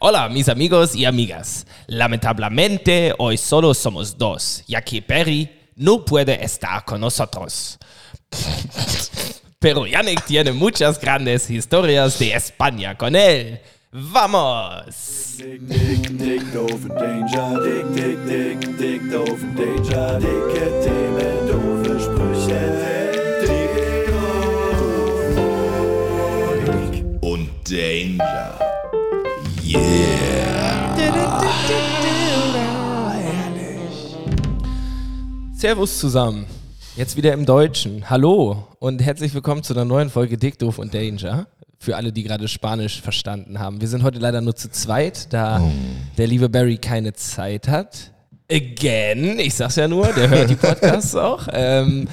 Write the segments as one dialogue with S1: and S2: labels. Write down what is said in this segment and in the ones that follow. S1: Hola, mis amigos y amigas. Lamentablemente, hoy solo somos dos, ya que Perry no puede estar con nosotros. Pero Yannick tiene muchas grandes historias de España con él. ¡Vamos!
S2: Dik, dik, dik, doof en danger. Dik, dik, dik, dik, doof en danger. Dicke Themen, doofe Sprüche. Dik, doof und
S3: und Danger. Yeah.
S1: Servus zusammen. Jetzt wieder im Deutschen. Hallo und herzlich willkommen zu einer neuen Folge Dick, Doof und Danger. Für alle, die gerade Spanisch verstanden haben. Wir sind heute leider nur zu zweit, da der liebe Barry keine Zeit hat. Again, ich sag's ja nur, der hört die Podcasts auch. Ähm,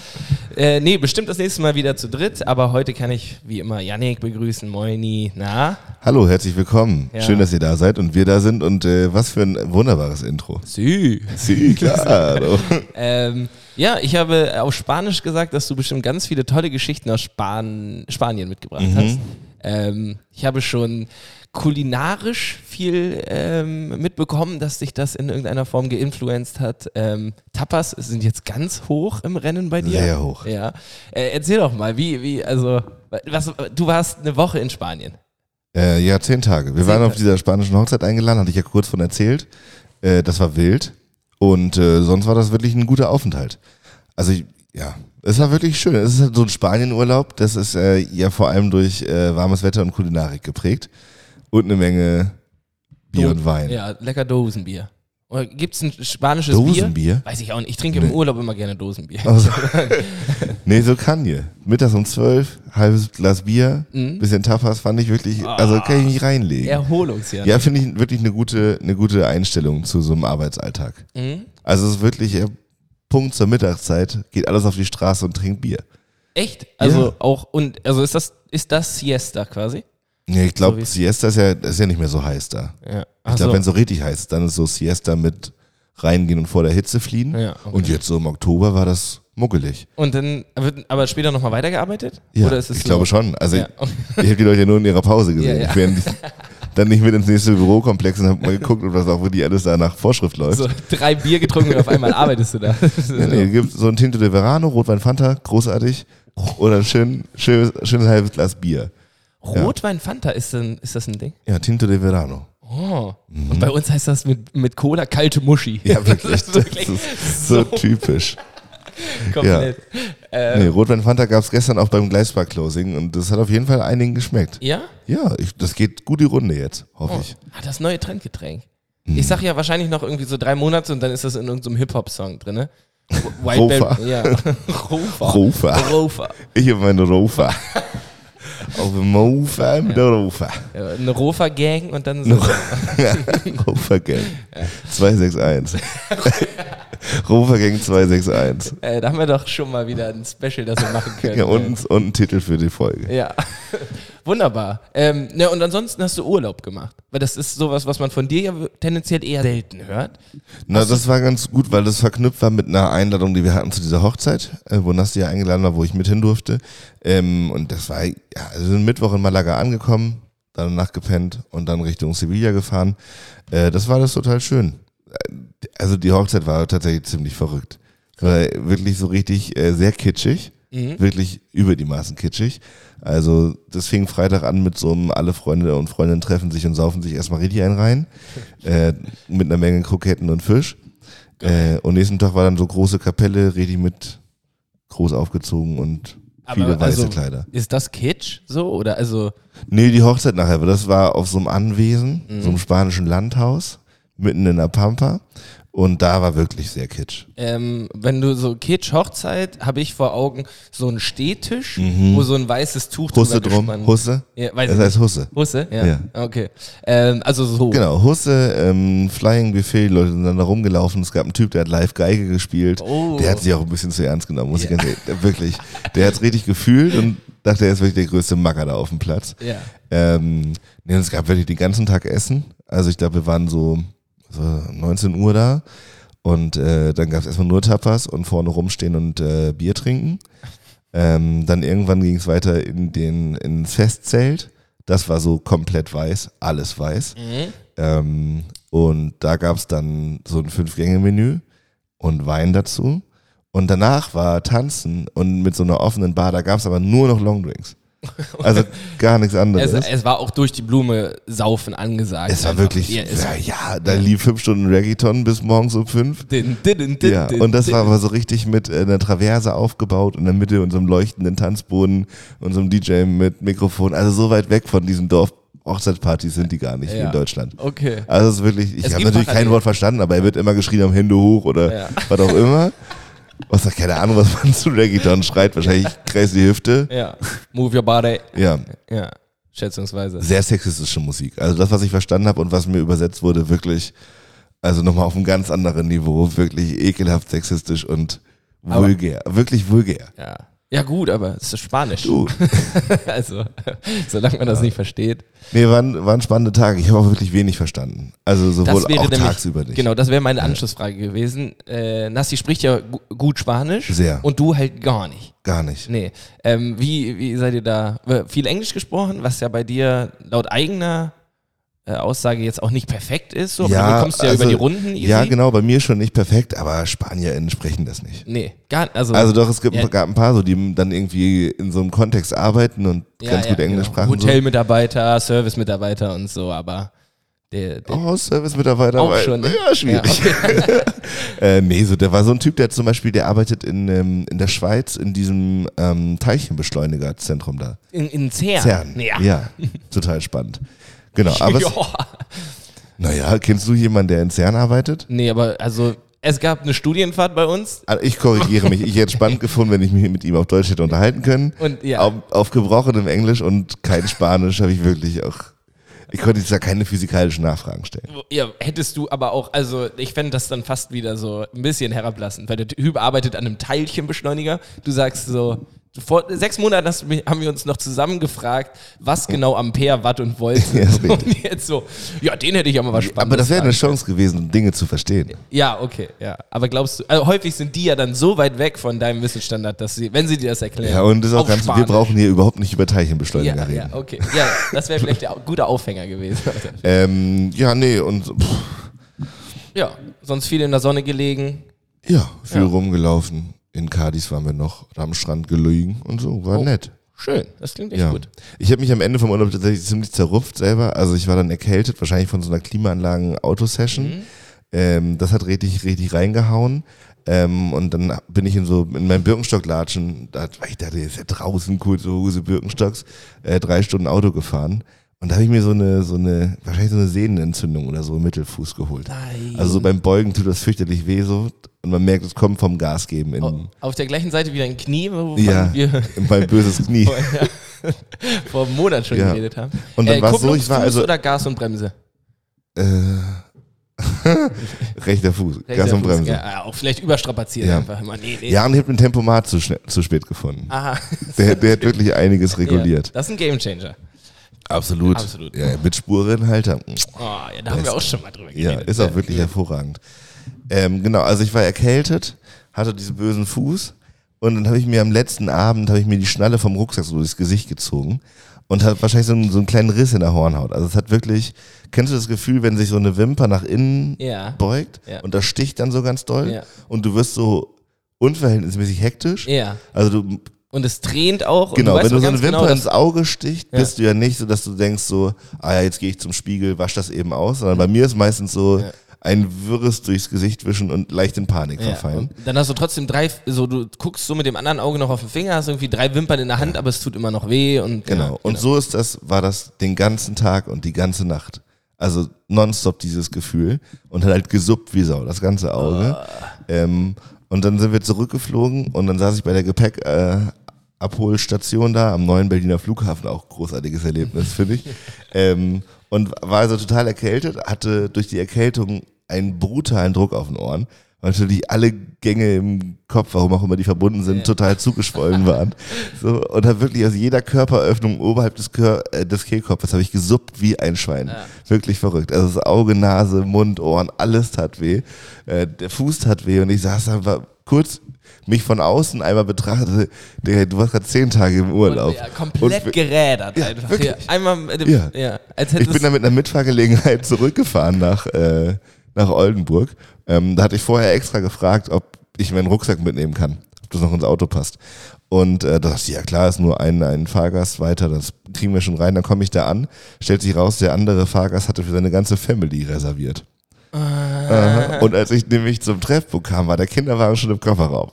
S1: äh, nee, bestimmt das nächste Mal wieder zu dritt, aber heute kann ich wie immer Yannick begrüßen. Moini, na?
S3: Hallo, herzlich willkommen.
S1: Ja.
S3: Schön, dass ihr da seid und wir da sind und äh, was für ein wunderbares Intro.
S1: Sü.
S3: Sí, claro.
S1: Ähm, ja, ich habe auf Spanisch gesagt, dass du bestimmt ganz viele tolle Geschichten aus Span Spanien mitgebracht
S3: Mhm.
S1: hast. Ähm, ich habe schon kulinarisch viel ähm, mitbekommen, dass dich das in irgendeiner Form geinfluenzt hat. Ähm, Tapas sind jetzt ganz hoch im Rennen bei dir.
S3: Sehr hoch.
S1: Ja. Äh, erzähl doch mal, wie, wie, also, was, du warst eine Woche in Spanien.
S3: äh, ja, zehn Tage. Wir waren auf dieser spanischen Hochzeit eingeladen, hatte ich ja kurz von erzählt. Äh, das war wild und äh, sonst war das wirklich ein guter Aufenthalt. Also, ich, ja, es war wirklich schön. Es ist halt so ein Spanienurlaub, das ist äh, ja vor allem durch äh, warmes Wetter und Kulinarik geprägt und eine Menge Bier und Wein.
S1: Ja, lecker Dosenbier. Oder gibt's ein spanisches Bier?
S3: Dosenbier?
S1: Weiß ich auch nicht. Ich trinke im
S3: Nee.
S1: Urlaub immer gerne Dosenbier.
S3: Also, nee, so kann ihr. Mittags um zwölf, halbes Glas Bier, bisschen Tapas fand ich wirklich, also kann ich nicht reinlegen. Mhm. Ja,
S1: Erholungsjahr.
S3: finde ich wirklich eine gute, eine gute Einstellung zu so einem Arbeitsalltag.
S1: Mhm.
S3: Also es ist wirklich äh, Punkt zur Mittagszeit, geht alles auf die Straße und trinkt Bier.
S1: Echt? Also
S3: Ja.
S1: auch und also ist das ist das Siesta quasi?
S3: Nee, ich
S1: So
S3: glaube,
S1: wie-
S3: Siesta ist ja, ist ja nicht mehr so heiß da.
S1: Ja.
S3: Ich glaube, wenn es so richtig heiß ist, dann ist so Siesta mit reingehen und vor der Hitze fliehen.
S1: Ja, okay.
S3: Und jetzt so im Oktober war das muckelig.
S1: und dann wird aber später nochmal weitergearbeitet?
S3: Ja,
S1: Oder ist es
S3: ich
S1: so?
S3: glaube schon. Also
S1: Ja.
S3: ich, ich habe die Leute ja nur in ihrer Pause gesehen.
S1: Ja, ja.
S3: Ich bin dann nicht mit ins nächste Bürokomplex und habe mal geguckt, ob das auch wirklich alles da nach Vorschrift läuft.
S1: So drei Bier getrunken und auf einmal arbeitest du da.
S3: Ja, nee, gibt so ein Tinto de Verano, Rotwein Fanta, großartig. Oder ein schön, schön, schönes halbes Glas Bier.
S1: Rotwein Fanta ist, denn, ist das ein Ding?
S3: Ja, Tinto de Verano.
S1: Oh. Und bei uns heißt das mit, mit Cola kalte Muschi.
S3: Mhm. Ja, wirklich.
S1: Das ist wirklich
S3: so typisch.
S1: komplett. Ähm.
S3: nee, Rotwein Fanta gab es gestern auch beim Gleisbar-Closing und das hat auf jeden Fall einigen geschmeckt.
S1: Ja?
S3: Ja, ich, das geht gut die Runde jetzt, hoffe
S1: Oh.
S3: ich.
S1: Ah, das neue Trendgetränk.
S3: Mhm.
S1: Ich sag ja wahrscheinlich noch irgendwie so drei Monate und dann ist das in irgendeinem Hip-Hop-Song drin, ne? White Bell-
S3: Rofa.
S1: Ja. Rofa.
S3: Rofa.
S1: Rofa.
S3: Ich und meine Rofa. Auf dem Mofa mit der Rofa.
S1: Ja, eine Rofa-Gang und dann so.
S3: Rovergang. 261. Rovergang 261.
S1: Äh, da haben wir doch schon mal wieder ein Special, das wir machen können. ne?
S3: Ja, und, und ein Titel für die Folge.
S1: Ja. Wunderbar. Ähm, ne, und ansonsten hast du Urlaub gemacht. Weil das ist sowas, was man von dir ja tendenziell eher selten hört.
S3: Na, das war ganz gut, weil das verknüpft war mit einer Einladung, die wir hatten zu dieser Hochzeit, äh, wo Nasti ja eingeladen war, wo ich mit hin durfte. Ähm, und das war, ja, also wir sind Mittwoch in Malaga angekommen, dann nachgepennt und dann Richtung Sevilla gefahren. Äh, das war das total schön. Äh, Also die Hochzeit war tatsächlich ziemlich verrückt. War wirklich so richtig äh, sehr kitschig. Wirklich über die Maßen kitschig. Also das fing Freitag an mit so einem, alle Freunde und Freundinnen treffen sich und saufen sich erstmal richtig einen rein. äh, mit einer Menge Kroketten und Fisch. Äh, und nächsten Tag war dann so große Kapelle, richtig mit groß aufgezogen und viele weiße
S1: also,
S3: Kleider.
S1: Ist das Kitsch so? Oder also,
S3: Nee, die Hochzeit nachher, weil das war auf so einem Anwesen,
S1: Mhm.
S3: so einem spanischen Landhaus, mitten in der Pampa. Und da war wirklich sehr kitsch.
S1: ähm, wenn du so Kitsch-Hochzeit, habe ich vor Augen so einen Stehtisch, wo so ein weißes Tuch
S3: Mhm. Husse
S1: drüber
S3: drum,
S1: gespannt-
S3: Husse.
S1: Ja, weiß
S3: Das
S1: ich
S3: heißt Husse.
S1: Husse? Ja.
S3: Ja.
S1: Okay. Ähm, also so.
S3: Genau, Husse, ähm, Flying Buffet, die Leute sind dann da rumgelaufen. Es gab einen Typ, der hat live Geige gespielt.
S1: Oh.
S3: Der hat sich auch ein bisschen zu ernst genommen, muss ich ganz ehrlich. der- Wirklich. Der hat es richtig gefühlt und dachte, er ist wirklich der größte Macker da auf dem Platz.
S1: Ja.
S3: Ähm, nee, und es gab wirklich den ganzen Tag Essen. Also ich glaube, wir waren so, so 19 Uhr da. Und äh, dann gab es erstmal nur Tapas und vorne rumstehen und äh, Bier trinken. Ähm, dann irgendwann ging es weiter in den, ins Festzelt. Das war so komplett weiß, alles weiß.
S1: Mhm.
S3: Ähm, und da gab es dann so ein Fünf-Gänge-Menü und Wein dazu. Und danach war Tanzen und mit so einer offenen Bar, da gab es aber nur noch Longdrinks. Also gar nichts anderes.
S1: Es, es war auch durch die Blume saufen angesagt.
S3: Es war
S1: Einfach.
S3: wirklich,
S1: Ja,
S3: ja,
S1: es war-
S3: ja, da lief fünf Stunden Reggaeton bis morgens um fünf.
S1: Din, din, din, din,
S3: Ja,
S1: din,
S3: und das
S1: din.
S3: war aber so richtig mit äh, einer Traverse aufgebaut und in der Mitte und so einem leuchtenden Tanzboden und so einem DJ mit Mikrofon. Also so weit weg von diesem Dorf. Hochzeitspartys sind die gar nicht wie
S1: Ja.
S3: in Deutschland.
S1: Okay.
S3: Also es ist wirklich, ich
S1: Es
S3: habe
S1: gibt
S3: natürlich kein
S1: Parallelen.
S3: Wort verstanden, aber er wird immer geschrien am Hände hoch oder
S1: Ja.
S3: was auch immer. Was da keine Ahnung, was man zu Reggaeton schreit. Wahrscheinlich kreist die Hüfte.
S1: Ja. Move your body.
S3: Ja,
S1: Ja. Schätzungsweise.
S3: sehr sexistische Musik. Also das, was ich verstanden habe und was mir übersetzt wurde, wirklich, also nochmal auf einem ganz anderen Niveau, wirklich ekelhaft sexistisch und
S1: Aber-
S3: vulgär. Wirklich vulgär.
S1: Ja. Ja, gut, aber es ist Spanisch.
S3: Du.
S1: Also, solange man das nicht versteht.
S3: Nee, waren, waren spannende Tage. Ich habe auch wirklich wenig verstanden. Also sowohl
S1: wäre
S3: auch tagsüber nicht.
S1: Genau, das wäre meine Anschlussfrage gewesen. Äh, Nassi spricht ja gu gut Spanisch.
S3: Sehr.
S1: Und du halt gar nicht.
S3: Gar nicht.
S1: Nee. Ähm, wie, wie seid ihr da? Äh, Viel Englisch gesprochen, was ja bei dir laut eigener äh, Aussage jetzt auch nicht perfekt ist. So, aber du kommst ja
S3: also-
S1: über die Runden. easy.
S3: Ja, genau, bei mir schon nicht perfekt, aber SpanierInnen sprechen das nicht.
S1: Nee, gar also,
S3: Also doch, es gibt
S1: Ja.
S3: gab ein paar so, die dann irgendwie in so einem Kontext arbeiten und
S1: ja,
S3: ganz
S1: ja, genau.
S3: gut Englisch sprachen.
S1: Hotelmitarbeiter, Servicemitarbeiter und so, aber der,
S3: So.
S1: der
S3: Oh, Service-Mitarbeiter.
S1: auch
S3: weil-
S1: schon. ne?
S3: Ja, schwierig.
S1: Ja, okay.
S3: Äh, nee, so, der war so ein Typ, der zum Beispiel, der arbeitet in, ähm, in der Schweiz in diesem ähm, Teilchenbeschleunigerzentrum da.
S1: In, in CERN.
S3: CERN.
S1: Ja.
S3: ja. Total spannend. Genau, aber es,
S1: Ja.
S3: naja, kennst du jemanden, der in CERN arbeitet?
S1: Nee, aber also es gab eine Studienfahrt bei uns
S3: Also ich korrigiere mich. Ich hätte es spannend gefunden, wenn ich mich mit ihm auf Deutsch hätte unterhalten können.
S1: und ja,
S3: Auf, auf gebrochenem Englisch und kein Spanisch habe ich wirklich auch. Ich konnte jetzt da keine physikalischen Nachfragen stellen.
S1: wo- ja, hättest du aber auch, also ich fände das dann fast wieder so ein bisschen herablassend, weil der Typ arbeitet an einem Teilchenbeschleuniger. Du sagst so, vor sechs Monaten hast du mich, haben wir uns noch zusammen gefragt, was genau Ampere, Watt und Volt
S3: Ja, ist
S1: sind.
S3: richtig.
S1: und jetzt so, ja, den hätte ich aber mal spannend.
S3: Aber das wäre eine Chance gewesen, Dinge zu verstehen.
S1: Ja, okay, ja. Aber glaubst du, also häufig sind die ja dann so weit weg von deinem Wissensstandard, dass sie, wenn sie dir das erklären.
S3: Ja, und das ist auch
S1: auf
S3: ganz, wir
S1: Spanisch.
S3: brauchen hier überhaupt nicht über Teilchenbeschleuniger
S1: Ja,
S3: reden.
S1: ja, okay. Ja, das wäre vielleicht der au- gute Aufhänger gewesen.
S3: Ähm, ja, nee, und pff,
S1: Ja, sonst viel in der Sonne gelegen.
S3: ja, viel
S1: Ja.
S3: rumgelaufen. In Cadiz waren wir noch, da am Strand gelegen und so, war
S1: Oh,
S3: nett.
S1: Schön, das klingt echt
S3: Ja.
S1: gut.
S3: Ich habe mich am Ende vom Urlaub tatsächlich ziemlich zerrupft selber. Also ich war dann erkältet, wahrscheinlich von so einer
S1: Mhm.
S3: Klimaanlagen-Autosession. Ähm, das hat richtig, richtig reingehauen. Ähm, und dann bin ich in so in meinem Birkenstock-Latschen, da, weil ich dachte, ist ja draußen kurze Hose Birkenstocks, äh, drei Stunden Auto gefahren. Und da habe ich mir so eine, so eine, wahrscheinlich so eine Sehnenentzündung oder so im Mittelfuß geholt.
S1: Ah,
S3: Also so beim Beugen tut das fürchterlich weh so. Und man merkt, es kommt vom Gas geben in,
S1: Au- Auf der gleichen Seite wieder ein Knie, wovon
S3: Oh, ja,
S1: wir
S3: in mein böses Knie.
S1: vor, ja, vor einem Monat schon
S3: Ja.
S1: geredet haben. Äh,
S3: Und dann war's so, ich war
S1: Kupplungsfuß
S3: also-
S1: oder Gas und Bremse?
S3: Rechter Fuß, Gas
S1: Rechter
S3: und
S1: Fuß,
S3: Bremse.
S1: Ja, ah, auch vielleicht überstrapaziert
S3: Ja.
S1: einfach immer. Nee, nee.
S3: Ja, und ich habe den Tempomat zu, schnell, zu spät gefunden.
S1: Aha.
S3: Der, der hat wirklich einiges reguliert.
S1: Ah. Ja, das ist ein Gamechanger.
S3: Absolut.
S1: Absolut.
S3: Ja, mit halt Spurenhalter.
S1: Oh, ja, da haben wir auch schon mal drüber
S3: Ja,
S1: geredet.
S3: ist auch wirklich hervorragend. Ähm, genau, also ich war erkältet, hatte diesen bösen Fuß und dann habe ich mir am letzten Abend habe ich mir die Schnalle vom Rucksack so durchs Gesicht gezogen und hat wahrscheinlich so einen, so einen kleinen Riss in der Hornhaut. Also es hat wirklich, kennst du das Gefühl, wenn sich so eine Wimper nach innen
S1: Ja.
S3: beugt
S1: Ja.
S3: und das sticht dann so ganz doll
S1: Ja.
S3: und du wirst so unverhältnismäßig hektisch.
S1: Ja.
S3: Also du
S1: Und es tränt auch.
S3: Genau,
S1: und
S3: wenn du
S1: auch
S3: so eine
S1: ganz
S3: Wimper
S1: genau, dass-
S3: ins Auge sticht,
S1: Ja.
S3: bist du ja nicht so, dass du denkst so, ah ja, jetzt gehe ich zum Spiegel, wasch das eben aus, sondern bei mir ist meistens so ein Wirres durchs Gesicht wischen und leicht in Panik verfallen.
S1: und Dann hast du trotzdem drei, so du guckst so mit dem anderen Auge noch auf den Finger, hast irgendwie drei Wimpern in der Hand, aber es tut immer noch weh und
S3: Genau.
S1: Ja,
S3: Und so ist das, war das den ganzen Tag und die ganze Nacht. Also nonstop dieses Gefühl und hat halt gesuppt wie Sau, das ganze Auge. Ähm, und dann sind wir zurückgeflogen und dann saß ich bei der Gepäck, äh, Abholstation da am neuen Berliner Flughafen, auch großartiges Erlebnis, finde ich. Ähm, und war also total erkältet, hatte durch die Erkältung einen brutalen Druck auf den Ohren. weil Natürlich alle Gänge im Kopf, warum auch immer die verbunden sind, total zugeschwollen waren. So, und habe wirklich aus jeder Körperöffnung oberhalb des, Kör äh, des Kehlkopfes habe ich gesuppt wie ein Schwein. Wirklich verrückt. Also das Auge, Nase, Mund, Ohren, alles tat weh. Äh, der Fuß tat weh und ich saß da, war kurz mich von außen einmal betrachtete, Digga, du warst gerade zehn Tage im Urlaub.
S1: Ja, äh, komplett
S3: Und
S1: gerädert einfach.
S3: wirklich.
S1: Ja, einmal, mit dem-
S3: Ja.
S1: ja, als
S3: ich
S1: hättest
S3: bin dann mit einer Mitfahrgelegenheit zurückgefahren nach, äh, nach Oldenburg. Ähm, da hatte ich vorher extra gefragt, ob ich meinen Rucksack mitnehmen kann, ob das noch ins Auto passt. Und äh, da dachte ich, ja klar, ist nur ein, ein Fahrgast weiter, das kriegen wir schon rein. Dann komme ich da an, stellt sich raus, der andere Fahrgast hatte für seine ganze Family reserviert.
S1: Ah.
S3: Aha. Und als ich nämlich zum Treffpunkt kam, war der Kinderwagen schon im Kofferraum.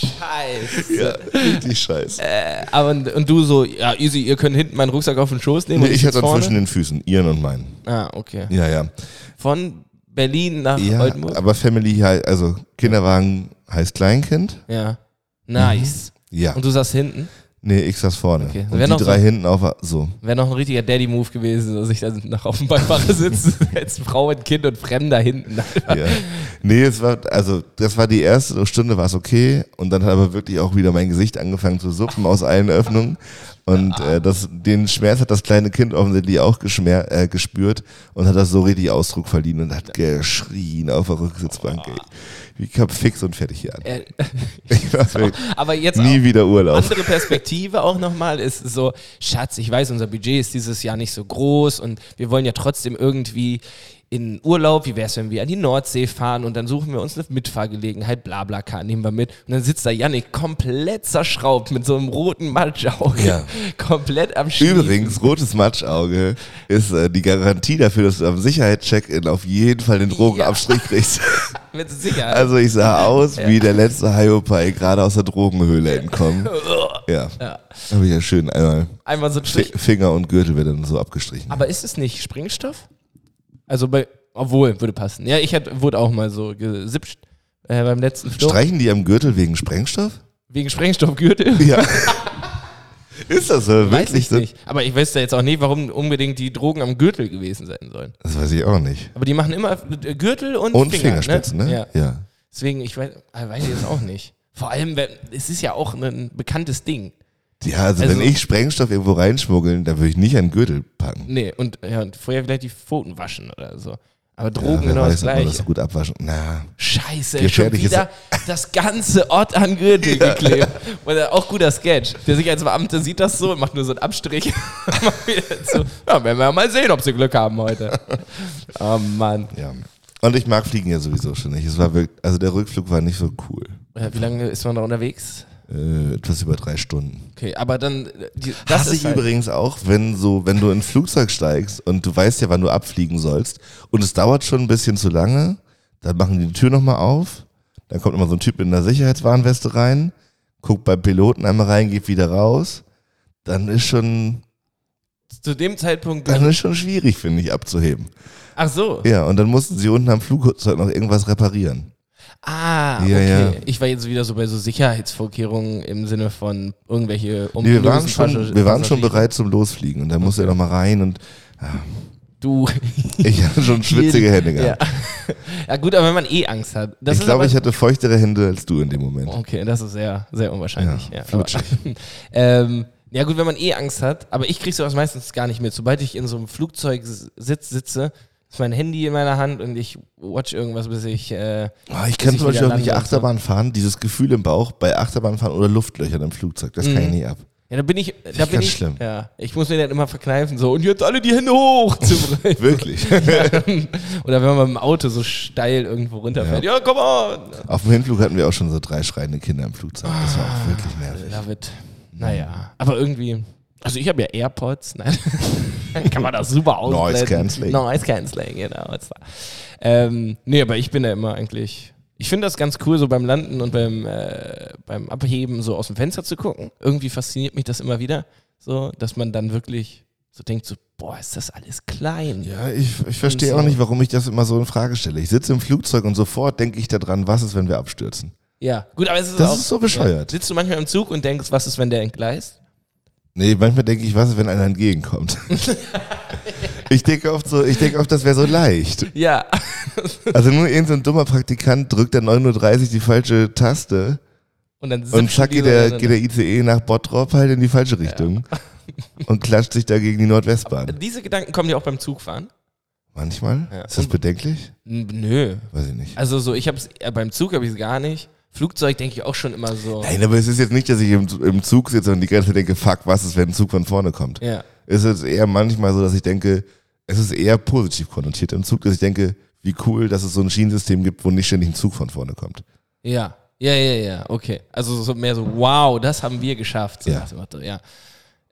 S1: Scheiße.
S3: ja, richtig scheiße.
S1: Äh, Aber und, und du so, ja, easy, ihr könnt hinten meinen Rucksack auf den Schoß nehmen.
S3: nee,
S1: und
S3: ich hatte
S1: sitz
S3: dann
S1: vorne.
S3: zwischen den Füßen, ihren und meinen.
S1: Ah, okay.
S3: Ja, ja.
S1: Von Berlin nach
S3: Ja,
S1: Oldenburg.
S3: aber Family, hei- also Kinderwagen heißt Kleinkind.
S1: ja.
S3: Mhm.
S1: Nice.
S3: Ja.
S1: Und du saßt hinten.
S3: Nee, ich saß vorne.
S1: Okay.
S3: Und
S1: Wer
S3: die
S1: noch
S3: drei
S1: so-
S3: hinten auf, so.
S1: Wäre noch ein richtiger Daddy-Move gewesen, dass ich da nach auf dem Beifahrersitz als Frau und Kind und Fremder hinten.
S3: Ja. Nee, es war, also, das war die erste Stunde, war es okay. Und dann hat aber wirklich auch wieder mein Gesicht angefangen zu suppen aus allen Öffnungen. Und äh, das, den Schmerz hat das kleine Kind offensichtlich auch geschmer äh, gespürt und hat das so richtig Ausdruck verliehen und hat geschrien auf der Rücksitzbank. Ey. Ich hab fix und fertig hier an.
S1: Äh, Also,
S3: Ich war wirklich
S1: Aber jetzt
S3: nie
S1: auch
S3: wieder Urlaub.
S1: andere Perspektive auch nochmal ist so, Schatz, ich weiß, unser Budget ist dieses Jahr nicht so groß und wir wollen ja trotzdem irgendwie in Urlaub, wie wäre es, wenn wir an die Nordsee fahren und dann suchen wir uns eine Mitfahrgelegenheit, bla bla K, nehmen wir mit. Und dann sitzt da Yannick komplett zerschraubt mit so einem roten Matschauge,
S3: Ja.
S1: komplett am Schießen.
S3: Übrigens, rotes Matschauge ist äh, die Garantie dafür, dass du am Sicherheitscheck-In auf jeden Fall den Drogenabstrich kriegst.
S1: Mit Sicherheit.
S3: Also ich sah aus wie der letzte Hyopai gerade aus der Drogenhöhle entkommen. Ja.
S1: Ja.
S3: Habe ich ja schön einmal
S1: Einmal so ein
S3: Fi-
S1: Strich.
S3: Finger und Gürtel werden so abgestrichen.
S1: Aber ist es nicht Sprengstoff? Also bei, obwohl, würde passen. Ja, ich hätte, wurde auch mal so gesipscht äh, beim letzten Flug.
S3: Streichen die am Gürtel wegen Sprengstoff?
S1: Wegen Sprengstoffgürtel?
S3: Ja. ist das so?
S1: Weiß
S3: wirklich ne?
S1: ich
S3: so?
S1: nicht. Aber ich weiß ja jetzt auch nicht, warum unbedingt die Drogen am Gürtel gewesen sein sollen.
S3: Das weiß ich auch nicht.
S1: Aber die machen immer äh, Gürtel und,
S3: Und
S1: Finger,
S3: Fingerspitzen, ne?
S1: Ja.
S3: ja.
S1: Deswegen, ich weiß, ah, weiß ich jetzt auch nicht. Vor allem, wenn, es ist ja auch ein bekanntes Ding.
S3: Ja, also,
S1: Also-
S3: wenn ich Sprengstoff irgendwo reinschmuggeln, dann würde ich nicht an den Gürtel packen.
S1: Nee, und, ja, und vorher vielleicht die Pfoten waschen oder so. Aber
S3: Ja,
S1: Drogen
S3: wer
S1: genau das
S3: weiß, ob man das
S1: gleiche.
S3: so gut abwaschen. Na,
S1: Scheiße, schon
S3: Gefährliches-
S1: wieder das ganze Ort an Gürtel geklebt. Oder auch guter Sketch. Der sich als Beamte sieht das so und macht nur so einen Abstrich. Macht wieder so, ja, werden wir mal sehen, ob sie Glück haben heute. Oh Mann.
S3: Ja. Und ich mag Fliegen ja sowieso schon nicht. Es war wirklich, also der Rückflug war nicht so cool.
S1: Äh, Wie lange ist man da unterwegs?
S3: Äh, etwas über drei Stunden.
S1: Okay, aber dann. äh, Die,
S3: Das
S1: das
S3: Hasse
S1: ist
S3: ich
S1: halt,
S3: übrigens auch, wenn so, wenn du in ein Flugzeug steigst und du weißt ja, wann du abfliegen sollst und es dauert schon ein bisschen zu lange, dann machen die die Tür nochmal auf, dann kommt immer so ein Typ in einer Sicherheitswarnweste rein, guckt beim Piloten einmal rein, geht wieder raus, dann ist schon,
S1: Zu dem Zeitpunkt.
S3: dann ist schon schwierig, finde ich, abzuheben.
S1: Ach so.
S3: Also- Ja, und dann mussten sie unten am Flugzeug noch irgendwas reparieren.
S1: Ah,
S3: Ja,
S1: okay.
S3: ja.
S1: Ich war jetzt wieder so bei so Sicherheitsvorkehrungen im Sinne von irgendwelche um
S3: Nee, wir waren,
S1: Passagier-
S3: schon, wir waren schon
S1: Passagier-
S3: bereit zum Losfliegen und dann musste er noch mal rein und
S1: Du.
S3: ich hatte schon schwitzige Hände gehabt.
S1: Ja, gut, aber wenn man eh Angst hat. Das
S3: ich
S1: ist
S3: glaube,
S1: aber- Oh,
S3: ich hatte feuchtere Hände als du in dem Moment.
S1: Okay, das ist sehr, sehr unwahrscheinlich.
S3: Ja,
S1: Ja, aber,
S3: flutschig.
S1: ähm, ja gut, wenn man eh Angst hat, aber ich kriege sowas meistens gar nicht mit. Sobald ich in so einem Flugzeug s- sitz, sitze, ist mein Handy in meiner Hand und ich watch irgendwas, bis ich... Äh,
S3: Oh, ich kann
S1: Bis ich
S3: zum Beispiel
S1: wieder
S3: auch nicht
S1: lande.
S3: Achterbahn fahren, dieses Gefühl im Bauch bei Achterbahn fahren oder Luftlöchern im Flugzeug, das
S1: Mhm.
S3: kann ich nie ab.
S1: ja, da bin ich... Da bin
S3: ganz
S1: ich
S3: schlimm.
S1: Ja, ich muss mir dann immer verkneifen, so, und jetzt alle die Hände hoch! zu-
S3: Wirklich.
S1: Oder wenn man mit dem Auto so steil irgendwo runterfährt. Ja, komm on!
S3: Auf dem Hinflug hatten wir auch schon so drei schreiende Kinder im Flugzeug. Das war auch wirklich nervig.
S1: Love it. Naja, aber irgendwie... Also ich habe ja AirPods, nein. Kann man das super ausblenden.
S3: Noise Cancelling.
S1: Noise Cancelling, genau. Das war- Ähm, nee, aber ich bin da immer eigentlich... Ich finde das ganz cool, so beim Landen und beim, äh, beim Abheben so aus dem Fenster zu gucken. Irgendwie fasziniert mich das immer wieder, so, dass man dann wirklich so denkt, so, boah, ist das alles klein.
S3: Ja, ich, ich verstehe
S1: so.
S3: auch nicht, warum ich das immer so in Frage stelle. Ich sitze im Flugzeug und sofort denke ich daran, was ist, wenn wir abstürzen?
S1: Ja, gut, aber es ist
S3: Das
S1: auch...
S3: ist so bescheuert.
S1: Sitzt du manchmal im Zug und denkst, was ist, wenn der entgleist?
S3: Nee, manchmal denke ich, was ist, wenn einer entgegenkommt? ich denke oft so, ich denke oft, das wäre so leicht.
S1: Ja,
S3: Also nur irgendein so ein dummer Praktikant drückt dann 9.30 Uhr die falsche Taste
S1: und dann
S3: und
S1: sitzt
S3: zack geht der, geht der ICE nach Bottrop halt in die falsche Richtung und klatscht sich da gegen die Nordwestbahn.
S1: Diese Gedanken kommen ja auch beim Zugfahren.
S3: Manchmal?
S1: äh, Ja.
S3: Ist das bedenklich?
S1: N- Nö,
S3: Weiß ich nicht.
S1: äh, Also so, ich habe es beim Zug habe ich es gar nicht. Flugzeug denke ich auch schon immer so.
S3: Nein, aber es ist jetzt nicht, dass ich im, im Zug sitze und die ganze Zeit denke, fuck, was ist, wenn ein Zug von vorne kommt.
S1: Ja.
S3: Es ist eher manchmal so, dass ich denke, es ist eher positiv konnotiert im Zug, dass ich denke, wie cool, dass es so ein Schienensystem gibt, wo nicht ständig ein Zug von vorne kommt.
S1: Ja. Ja, ja, ja, okay. Also so mehr so, wow, das haben wir geschafft. So
S3: Ja.
S1: nach dem Motto, ja.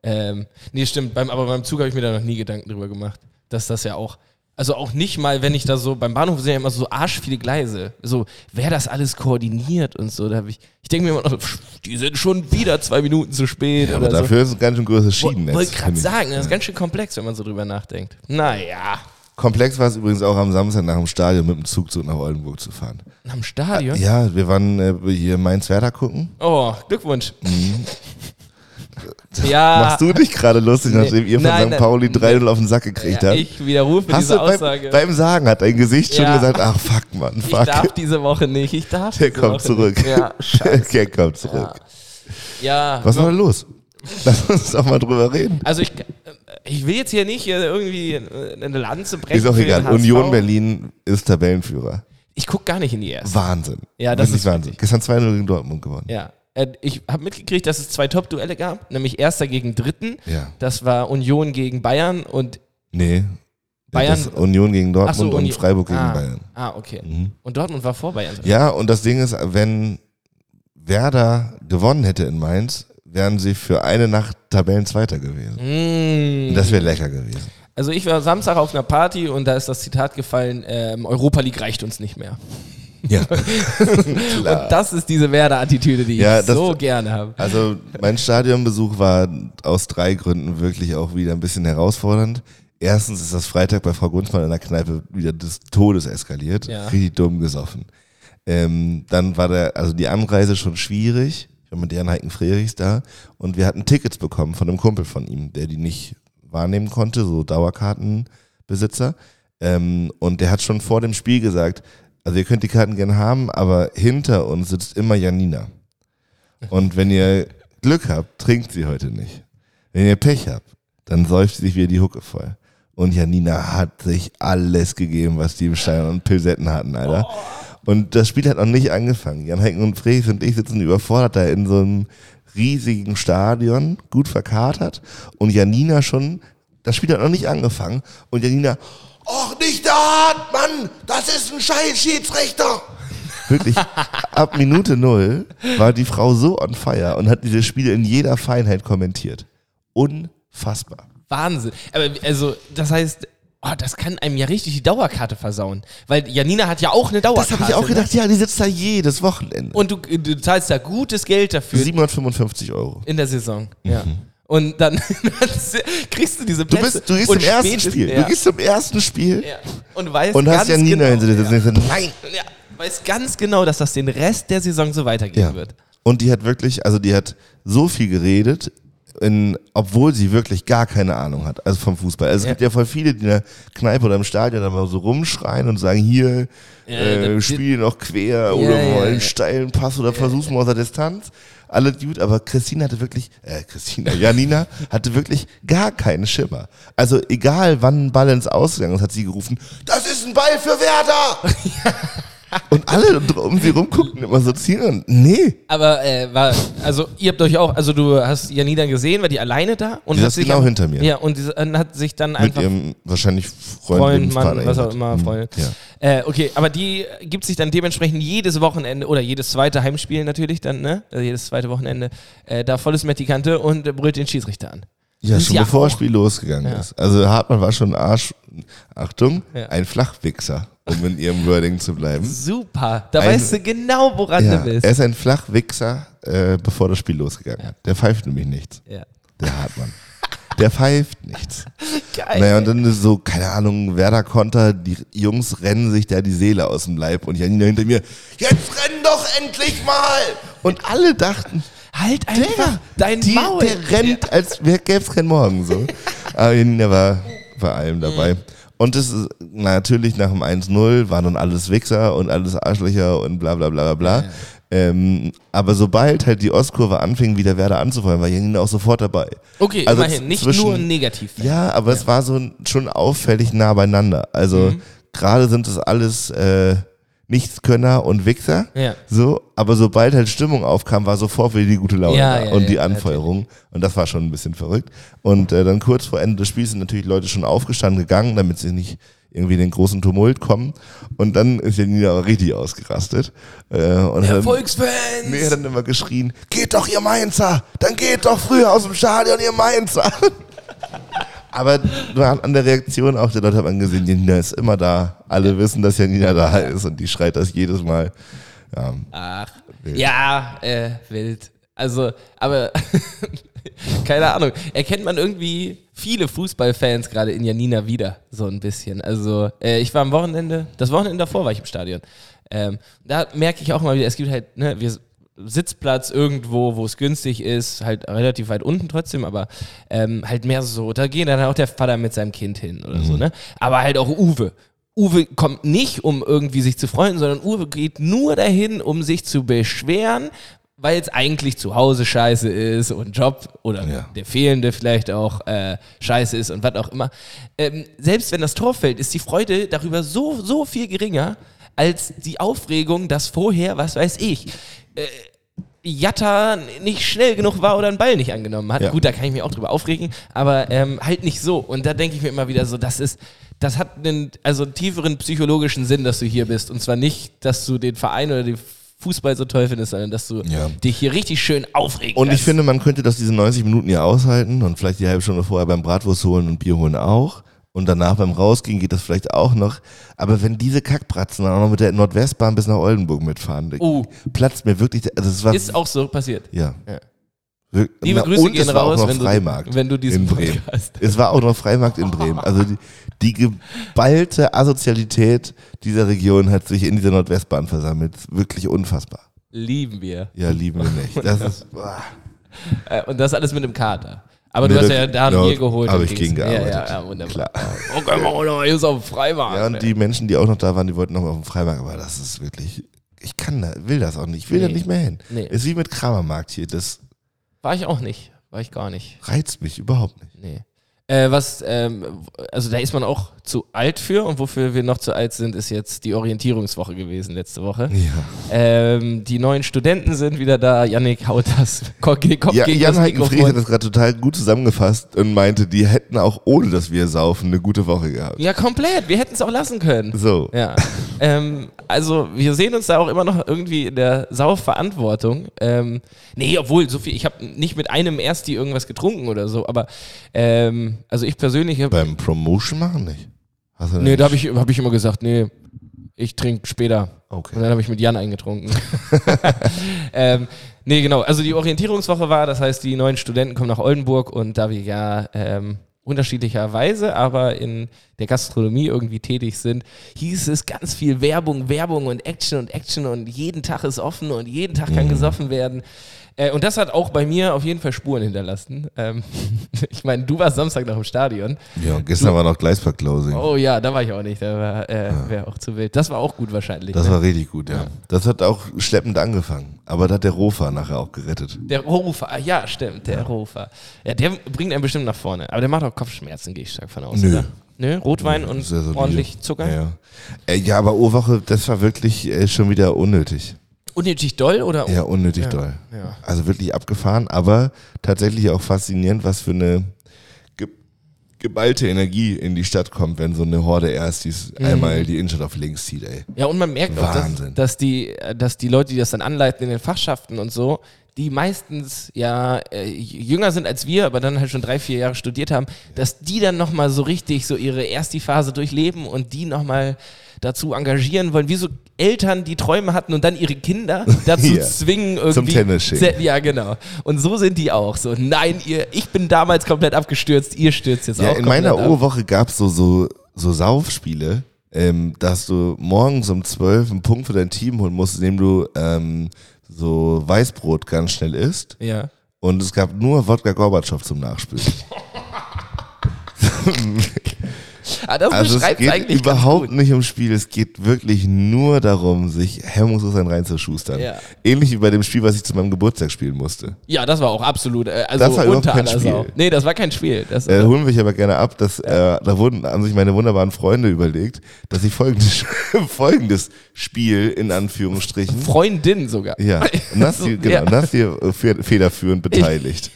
S1: Ähm, nee, stimmt, beim, aber beim Zug habe ich mir da noch nie Gedanken drüber gemacht, dass das ja auch, also auch nicht mal, wenn ich da so, beim Bahnhof sind ja immer so arsch viele Gleise, so, wer das alles koordiniert und so, da habe ich, ich denke mir immer noch, so, pff, die sind schon wieder zwei Minuten zu spät.
S3: Aber
S1: oder so.
S3: dafür ist ein ganz schön großes Schienennetz.
S1: Wollte gerade
S3: finde ich.
S1: sagen, das ist ganz schön komplex, wenn man so drüber nachdenkt. Naja,
S3: Komplex war es übrigens auch am Samstag nach dem Stadion mit dem Zug zurück nach Oldenburg zu fahren.
S1: am Stadion.
S3: Ja, wir waren äh, hier Mainz-Werder gucken.
S1: Oh, Glückwunsch. ja.
S3: Mhm. Machst du dich gerade lustig,
S1: Ah. Nee.
S3: nachdem ihr von
S1: Nein,
S3: St.
S1: nein,
S3: Pauli
S1: nee.
S3: 3-0 auf den Sack gekriegt
S1: ja,
S3: habt?
S1: ich widerrufe
S3: Hast
S1: diese
S3: du beim,
S1: Aussage.
S3: beim Sagen hat dein Gesicht schon
S1: Ja.
S3: gesagt, ach fuck, Mann,
S1: ich
S3: fuck.
S1: darf diese Woche nicht. Ich darf
S3: Der
S1: diese
S3: kommt
S1: Woche
S3: zurück.
S1: Nicht. Ja, scheiße.
S3: Der kommt zurück.
S1: Ja.
S3: Was war da los? Lass uns doch mal drüber reden.
S1: Also ich, ich will jetzt hier nicht hier irgendwie eine Lanze brechen.
S3: Ist auch
S1: für den
S3: egal.
S1: HSV.
S3: Union Berlin ist Tabellenführer.
S1: Ich gucke gar nicht in die erste.
S3: Wahnsinn.
S1: Ja, das
S3: Wirklich
S1: ist
S3: Wahnsinn. Gestern 2-0 gegen Dortmund gewonnen.
S1: Ja. Äh, Ich habe mitgekriegt, dass es zwei Top-Duelle gab, nämlich erster gegen dritten.
S3: Ja.
S1: Das war Union gegen Bayern und
S3: Nee.
S1: Bayern-
S3: Das ist Union gegen Dortmund
S1: Ach so,
S3: und
S1: Uni-
S3: Freiburg gegen
S1: ah,
S3: Bayern.
S1: Ah, okay.
S3: Mhm.
S1: Und Dortmund war vor Bayern. dran.
S3: Ja, und das Ding ist, wenn Werder gewonnen hätte in Mainz, wären sie für eine Nacht Tabellenzweiter gewesen.
S1: Mm.
S3: Und das wäre lecker gewesen.
S1: Also ich war Samstag auf einer Party und da ist das Zitat gefallen, ähm, Europa League reicht uns nicht mehr.
S3: Ja.
S1: Und das ist diese Werder-Attitüde, die
S3: Ja,
S1: ich
S3: das-
S1: so gerne habe.
S3: Also mein Stadionbesuch war aus drei Gründen wirklich auch wieder ein bisschen herausfordernd. Erstens ist das Freitag bei Frau Gunzmann in der Kneipe wieder des Todes eskaliert.
S1: Ja.
S3: Richtig dumm gesoffen. Ähm, dann war der, also die Anreise schon schwierig. Ich war mit Jan Heiken Frerichs da und wir hatten Tickets bekommen von einem Kumpel von ihm, der die nicht wahrnehmen konnte, so Dauerkartenbesitzer. Ähm, und der hat schon vor dem Spiel gesagt, also ihr könnt die Karten gerne haben, aber hinter uns sitzt immer Janina. Und wenn ihr Glück habt, trinkt sie heute nicht. Wenn ihr Pech habt, dann säuft sie sich wieder die Hucke voll. Und Janina hat sich alles gegeben, was die im Stein und Pilsetten hatten, Alter. Und das Spiel hat noch nicht angefangen. Jan Hecken und Frees und ich sitzen überfordert da in so einem riesigen Stadion, gut verkatert. Und Janina schon, das Spiel hat noch nicht angefangen. Und Janina, och nicht der Hartmann, das ist ein scheiß Schiedsrichter. Wirklich, ab Minute null war die Frau so on fire und hat dieses Spiel in jeder Feinheit kommentiert. Unfassbar.
S1: Wahnsinn. Aber also, das heißt, oh, das kann einem ja richtig die Dauerkarte versauen. Weil Janina hat ja auch eine
S3: Das
S1: Dauerkarte.
S3: habe ich auch
S1: Ne?
S3: gedacht, ja, die sitzt da jedes Wochenende.
S1: Und du, du zahlst da gutes Geld dafür
S3: 755 Euro.
S1: in der Saison. Ja. Und dann kriegst du diese
S3: Mhm. Du,
S1: Plätze.
S3: bist, du gehst
S1: und
S3: zum ersten
S1: spätestens-
S3: Spiel.
S1: Ja.
S3: Du gehst zum ersten Spiel
S1: ja. Und weißt
S3: und hast
S1: ganz
S3: Janina
S1: genau,
S3: hinter dir sitzen. und sagst, Nein,
S1: Ja, weiß ganz genau, dass das den Rest der Saison so weitergehen
S3: Ja.
S1: wird.
S3: Und die hat wirklich, also die hat so viel geredet, in, obwohl sie wirklich gar keine Ahnung hat, also vom Fußball. Also es
S1: Ja.
S3: gibt ja voll viele, die in der Kneipe oder im Stadion dann mal so rumschreien und sagen, hier, äh,
S1: dann-
S3: spiel noch quer oder
S1: ja,
S3: mal einen
S1: ja.
S3: steilen Pass oder versuch's mal aus der Distanz. Alle gut, aber Christine hatte wirklich, äh, Christina, Janina hatte wirklich gar keinen Schimmer. Also egal, wann ein Ball ins Ausgegangen ist, hat sie gerufen, das ist ein Ball für Werder! und alle um sie rum gucken immer so ziehen und, nee,
S1: Aber äh, war, also ihr habt euch auch, also du hast Janina gesehen, war die alleine da? Und
S3: Die
S1: hat
S3: saß
S1: sich
S3: genau
S1: am-
S3: hinter mir.
S1: Ja, und die, dann hat sich dann
S3: Mit
S1: einfach
S3: ihrem wahrscheinlich Freund,
S1: Freund,
S3: Lebenspartner
S1: Mann, was auch
S3: jedenfalls.
S1: immer,
S3: Mhm.
S1: Freund.
S3: Ja.
S1: Äh, okay, aber die gibt sich dann dementsprechend jedes Wochenende oder jedes zweite Heimspiel natürlich dann, ne? Also jedes zweite Wochenende äh, da volles Met die Kante und äh, brüllt den Schiedsrichter an.
S3: ja,
S1: Das
S3: schon
S1: ist ja
S3: bevor das
S1: auch-
S3: Spiel losgegangen
S1: Ja.
S3: ist. Also Hartmann war schon ein Arsch, Achtung,
S1: Ja.
S3: ein Flachwichser, um in ihrem Wording zu bleiben.
S1: Super, da
S3: Ein-
S1: weißt du genau, woran
S3: Ja,
S1: du bist.
S3: er ist ein Flachwichser, äh, bevor das Spiel losgegangen ist. Der pfeift nämlich nichts,
S1: ja.
S3: der Hartmann. Der pfeift nichts.
S1: Geil.
S3: Naja, und dann ist so, keine Ahnung, Werder Konter, die Jungs rennen sich da die Seele aus dem Leib und Janina hinter mir, jetzt renn doch endlich mal! Und alle dachten,
S1: halt einfach
S3: Digga,
S1: dein
S3: die,
S1: Maul.
S3: Der rennt, als wär- gäb's keinen Morgen so. Aber Janina war bei allem dabei.
S1: Mhm.
S3: Und das ist natürlich nach dem 1-0 waren dann alles Wichser und alles Arschlöcher und bla bla bla bla bla. Ähm, aber sobald halt die Ostkurve anfing, wieder Werder anzufallen, war Janina auch sofort dabei.
S1: okay,
S3: also
S1: immerhin, nicht
S3: zwischen-
S1: nur negativ.
S3: Ja, aber es
S1: Mhm.
S3: war so ein- schon auffällig nah beieinander. Also gerade sind es alles äh, Nichtskönner und Wichser.
S1: Ja.
S3: So, aber sobald halt Stimmung aufkam, war sofort wieder die gute Laune
S1: Ja,
S3: da
S1: ja,
S3: und
S1: ja,
S3: die Anfeuerung. Und das war schon ein bisschen verrückt. Und äh, dann kurz vor Ende des Spiels sind natürlich Leute schon aufgestanden gegangen, damit sie nicht irgendwie in den großen Tumult kommen. Und dann ist Janina aber richtig ausgerastet. Äh, und hat dann-
S1: Volksfans!
S3: Nee, er hat dann immer geschrien, geht doch ihr Mainzer, dann geht doch früher aus dem Stadion ihr Mainzer. Aber an an der Reaktion auch der Leute hat man gesehen, Janina ist immer da. Alle wissen, dass Janina da ist und die schreit das jedes Mal.
S1: Ach, ja, äh, wild. Also, aber keine Ahnung. Erkennt man irgendwie viele Fußballfans gerade in Janina wieder, so ein bisschen. Also, äh, ich war am Wochenende, das Wochenende davor war ich im Stadion. Ähm, da merke ich auch mal wieder, es gibt halt, ne, wir Sitzplatz irgendwo, wo es günstig ist, halt relativ weit unten trotzdem, aber ähm, halt mehr so, da geht dann auch der Vater mit seinem Kind hin oder so, ne? Aber halt auch Uwe. Uwe kommt nicht, um irgendwie sich zu freuen, sondern Uwe geht nur dahin, um sich zu beschweren, weil es eigentlich zu Hause scheiße ist und Job oder
S3: Ja.
S1: der Fehlende vielleicht auch äh, scheiße ist und was auch immer. Ähm, selbst wenn das Tor fällt, ist die Freude darüber so, so viel geringer als die Aufregung, dass vorher, was weiß ich, Jatta nicht schnell genug war oder einen Ball nicht angenommen hat.
S3: Ja.
S1: Gut, da kann ich mich auch drüber aufregen, aber ähm, halt nicht so. Und da denke ich mir immer wieder so, das ist, das hat einen, also einen tieferen psychologischen Sinn, dass du hier bist. Und zwar nicht, dass du den Verein oder den Fußball so toll findest, sondern dass du
S3: Ja.
S1: dich hier richtig schön aufregst.
S3: Und ich finde, man könnte das diese 90 Minuten ja aushalten und vielleicht die halbe Stunde vorher beim Bratwurst holen und Bier holen auch. Und danach beim Rausgehen geht das vielleicht auch noch. Aber wenn diese Kackbratzen dann auch noch mit der Nordwestbahn bis nach Oldenburg mitfahren,
S1: Oh.
S3: platzt mir wirklich, der- also es war
S1: ist auch so passiert.
S3: Ja.
S1: Ja.
S3: Wir-
S1: Liebe
S3: na,
S1: Grüße
S3: und
S1: gehen
S3: es war
S1: raus,
S3: auch noch
S1: wenn du-
S3: Freimarkt
S1: wenn du diesen
S3: in Bremen.
S1: Podcast-
S3: Es war auch noch Freimarkt in Bremen. Also die, die geballte Asozialität dieser Region hat sich in dieser Nordwestbahn versammelt. Wirklich unfassbar.
S1: Lieben wir.
S3: Ja, lieben wir nicht. Das ist, boah.
S1: Äh, und das alles mit einem Kater. Aber du
S3: Nee,
S1: hast
S3: das-
S1: ja da
S3: ja,
S1: ein Bier geholt.
S3: hab
S1: und
S3: ich
S1: ging's-
S3: gegen gearbeitet.
S1: Ja, ja, ja, wunderbar. Oh,
S3: Klar.
S1: Okay, Bruder, hier ist auf dem Freimarkt.
S3: Ja, und die Menschen, die auch noch da waren, die wollten noch mal auf dem Freimarkt, aber das ist wirklich, ich kann da, will das auch nicht, ich will da
S1: Nee.
S3: nicht mehr hin.
S1: Nee.
S3: Ist wie mit Kramermarkt hier, das
S1: War ich auch nicht. War ich gar nicht.
S3: reizt mich überhaupt nicht.
S1: Nee. Äh, was, ähm, also da ist man auch zu alt für und wofür wir noch zu alt sind, ist jetzt die Orientierungswoche gewesen letzte Woche.
S3: Ja.
S1: Ähm, die neuen Studenten sind wieder da. Yannick haut das Kopf gegen Kopf
S3: Ja,
S1: gegen
S3: Jan
S1: das
S3: Heikenfried hat
S1: Mikrofon.
S3: das gerade total gut zusammengefasst und meinte, die hätten auch ohne dass wir saufen eine gute Woche gehabt.
S1: Ja, komplett. Wir hätten es auch lassen können.
S3: So.
S1: Ja. ähm, also wir sehen uns da auch immer noch irgendwie in der Saufverantwortung. Ähm, nee, obwohl, so viel, ich habe nicht mit einem Ersti irgendwas getrunken oder so, aber ähm, also ich persönlich habe
S3: Beim Promotion machen nicht. Hast du
S1: Nee,
S3: nicht-
S1: da habe ich, hab ich immer gesagt, nee, ich trinke später.
S3: Okay.
S1: Und dann habe ich mit Jan eingetrunken. ähm, nee, genau. Also die Orientierungswoche war, das heißt, die neuen Studenten kommen nach Oldenburg und da wir ja ähm, unterschiedlicherweise, aber in der Gastronomie irgendwie tätig sind, hieß es ganz viel Werbung, Werbung und Action und Action und jeden Tag ist offen und jeden Tag kann gesoffen werden. Äh, und das hat auch bei mir auf jeden Fall Spuren hinterlassen. Ähm, ich meine, du warst Samstag noch im Stadion.
S3: Ja, und gestern war noch Gleispark-Closing.
S1: Oh ja, da war ich auch nicht. Da war, äh, wäre auch zu wild. Das war auch gut wahrscheinlich.
S3: Ah. Das
S1: ne?
S3: war richtig gut, ja. Das hat auch schleppend angefangen. Aber da hat der Rofa nachher auch gerettet.
S1: der Rofer, ah, ja, stimmt, der Rofer. Ja, der bringt einen bestimmt nach vorne. Aber der macht auch Kopfschmerzen, gehe ich stark von aus.
S3: Nö.
S1: Oder? Nö, Rotwein und
S3: Sehr solide.
S1: ordentlich Zucker.
S3: Ja, ja. Äh, ja aber Urwoche, das war wirklich äh, schon wieder unnötig.
S1: Unnötig doll oder?
S3: Ja, unnötig doll. Also wirklich abgefahren, aber tatsächlich auch faszinierend, was für eine ge geballte Energie in die Stadt kommt, wenn so eine Horde Erstis
S1: Mhm.
S3: einmal die Innenstadt auf links zieht, ey.
S1: Ja, und man merkt auch, dass,
S3: Wahnsinn.
S1: dass, die, äh, dass die Leute, die das dann anleiten in den Fachschaften und so, die meistens ja äh, jünger sind als wir, aber dann halt schon drei, vier Jahre studiert haben, dass die dann nochmal so richtig so ihre erste Phase durchleben und die nochmal dazu engagieren wollen, wie so Eltern, die Träume hatten und dann ihre Kinder dazu
S3: Ja.
S1: zwingen, irgendwie.
S3: Tennis schicken.
S1: Ze- Ja, genau. Und so sind die auch so. Nein, ihr, ich bin damals komplett abgestürzt, ihr stürzt jetzt
S3: Ja,
S1: auch.
S3: in meiner
S1: komplett ab.
S3: Urwoche gab es so, so, so Saufspiele, ähm, dass du morgens um 12 einen Punkt für dein Team holen musst, indem du ähm, so Weißbrot ganz schnell isst.
S1: Ja.
S3: Und es gab nur Wodka Gorbatschow zum Nachspülen.
S1: Ah, das
S3: Also es
S1: beschreibt
S3: geht
S1: eigentlich
S3: überhaupt
S1: ganz gut.
S3: nicht ums Spiel, es geht wirklich nur darum, sich hemmungslos ein reinzuschustern.
S1: Ja.
S3: Ähnlich wie bei dem Spiel, was ich zu meinem Geburtstag spielen musste.
S1: Ja, das war auch absolut. äh, Also
S3: Das war überhaupt
S1: unter
S3: kein
S1: aller
S3: Spiel.
S1: Sau. Nee, das war kein Spiel. Das,
S3: Äh, holen wir euch aber gerne ab, dass äh, da wurden haben sich meine wunderbaren Freunde überlegt, dass ich folgendes, folgendes Spiel in Anführungsstrichen
S1: Freundin sogar.
S3: Ja, Nassi,
S1: So,
S3: genau,
S1: ja.
S3: Nassi äh, fe- federführend beteiligt.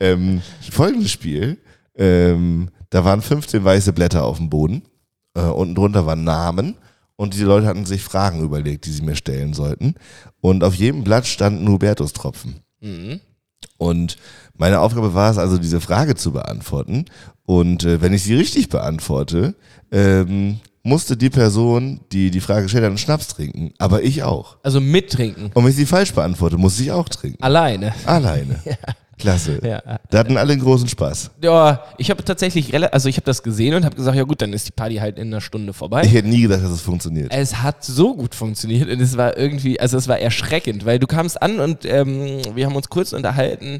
S3: ähm, folgendes Spiel, ähm, da waren 15 weiße Blätter auf dem Boden, äh, unten drunter waren Namen und diese Leute hatten sich Fragen überlegt, die sie mir stellen sollten und auf jedem Blatt standen Hubertus-Tropfen. Und meine Aufgabe war es also, diese Frage zu beantworten. Und äh, wenn ich sie richtig beantworte, ähm, musste die Person, die die Frage gestellt hat, einen Schnaps trinken, aber ich auch.
S1: Also mittrinken.
S3: Und wenn ich sie falsch beantworte, muss ich auch trinken.
S1: Alleine.
S3: Alleine. Klasse.
S1: Ah. Ja.
S3: Da hatten alle einen großen Spaß.
S1: Ja, ich habe tatsächlich, rela- also ich habe das gesehen und habe gesagt, ja gut, dann ist die Party halt in einer Stunde vorbei.
S3: Ich hätte nie gedacht, dass es funktioniert.
S1: Es hat so gut funktioniert und es war irgendwie, also es war erschreckend, weil du kamst an und ähm, wir haben uns kurz unterhalten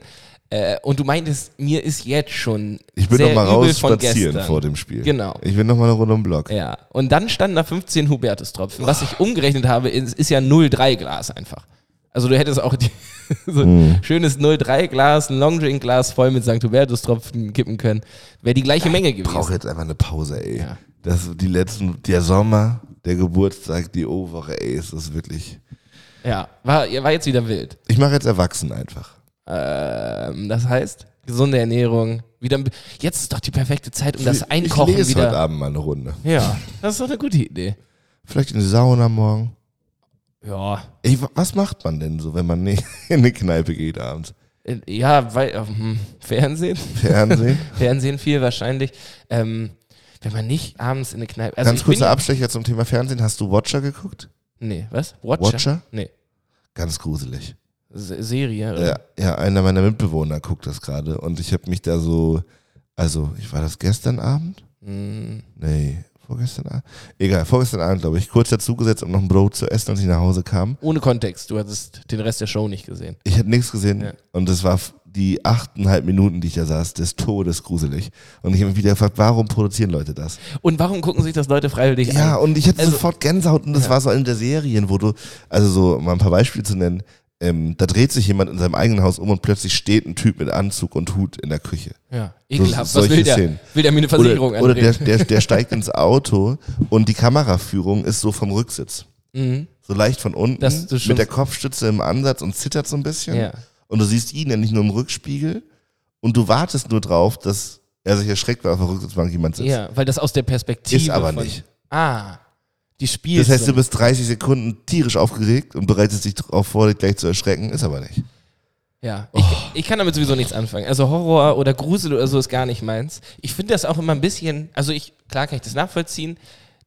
S1: äh, und du meintest, mir ist jetzt schon
S3: Ich bin
S1: sehr
S3: noch mal
S1: übel
S3: raus
S1: von
S3: spazieren
S1: gestern.
S3: vor dem Spiel.
S1: Genau. Äh,
S3: Ich bin noch mal eine Runde im Block.
S1: Ja, und dann standen da 15 Hubertus-Tropfen. Was ich umgerechnet habe, ist, ist ja 0,3-Glas einfach. Also du hättest auch die, so ein
S3: Hm.
S1: schönes 0,3-Glas, ein Longdrink-Glas voll mit St. Hubertus-Tropfen kippen können. Wäre die gleiche Menge
S3: Ich brauche
S1: gewesen.
S3: jetzt einfach eine Pause, ey.
S1: Ja.
S3: Das, die letzten, der Sommer, der Geburtstag, die O-Woche, ey, es ist wirklich.
S1: Ja, war, war jetzt wieder wild.
S3: Ich mache jetzt erwachsen einfach.
S1: Ähm, das heißt, gesunde Ernährung. Wieder, ein bi- jetzt ist doch die perfekte Zeit, um das
S3: ich
S1: Einkochen
S3: lese heute
S1: wieder.
S3: Abend mal eine Runde.
S1: Ja, das ist doch eine gute Idee.
S3: Vielleicht in die Sauna morgen.
S1: Ja,
S3: Ey, wa- was macht man denn so, wenn man nicht in eine Kneipe geht abends?
S1: äh, ja, weil, ähm, Fernsehen?
S3: Fernsehen?
S1: Fernsehen viel wahrscheinlich. Ähm, wenn man nicht abends in eine Kneipe. Also
S3: Ganz
S1: ich bin-
S3: kurzer Abstecher zum Thema Fernsehen. Hast du Watcher geguckt?
S1: Nee, was? Watcher?
S3: Watcher?
S1: Nee.
S3: Ganz gruselig.
S1: Se Serie.
S3: Ja,
S1: oder?
S3: ja, einer meiner Mitbewohner guckt das gerade und ich habe mich da so, also ich war das gestern Abend?
S1: Mm,
S3: Nee, vorgestern Abend? Egal, vorgestern Abend glaube ich, kurz dazugesetzt, um noch ein Brot zu essen, als ich nach Hause kam.
S1: ohne Kontext. Du hattest den Rest der Show nicht gesehen.
S3: Ich hatte nichts gesehen
S1: Ja.
S3: und das war f- die achteinhalb Minuten, die ich da saß, des Todes gruselig. Und ich habe mich wieder gefragt, warum produzieren Leute das?
S1: Und warum gucken sich das Leute freiwillig an?
S3: Ja, und ich hatte
S1: Also-
S3: sofort Gänsehaut und das war so eine der Serien, wo du, also so, um mal ein paar Beispiele zu nennen, ähm, da dreht sich jemand in seinem eigenen Haus um und plötzlich steht ein Typ mit Anzug und Hut in der Küche.
S1: Ja, ekelhaft. Was
S3: solche
S1: will der?
S3: Szenen.
S1: Will der mir eine Versicherung
S3: oder oder der,
S1: andrehen?
S3: der, der steigt ins Auto und die Kameraführung ist so vom Rücksitz.
S1: Mhm.
S3: So leicht von unten,
S1: Das ist schon-
S3: mit der Kopfstütze im Ansatz und zittert so ein bisschen.
S1: Ja.
S3: Und du siehst ihn ja nicht nur im Rückspiegel und du wartest nur drauf, dass er sich erschreckt, weil auf der Rücksitzbank jemand sitzt.
S1: ja, weil das aus der Perspektive.
S3: Ist aber
S1: von,
S3: nicht.
S1: Ah, die
S3: Das
S1: spielst
S3: heißt, du bist 30 Sekunden tierisch aufgeregt und bereitest dich darauf vor, dich gleich zu erschrecken, ist aber nicht.
S1: Ja, ich, ich kann damit sowieso nichts anfangen. Also Horror oder Grusel oder so ist gar nicht meins. Ich finde das auch immer ein bisschen, also ich, klar kann ich das nachvollziehen,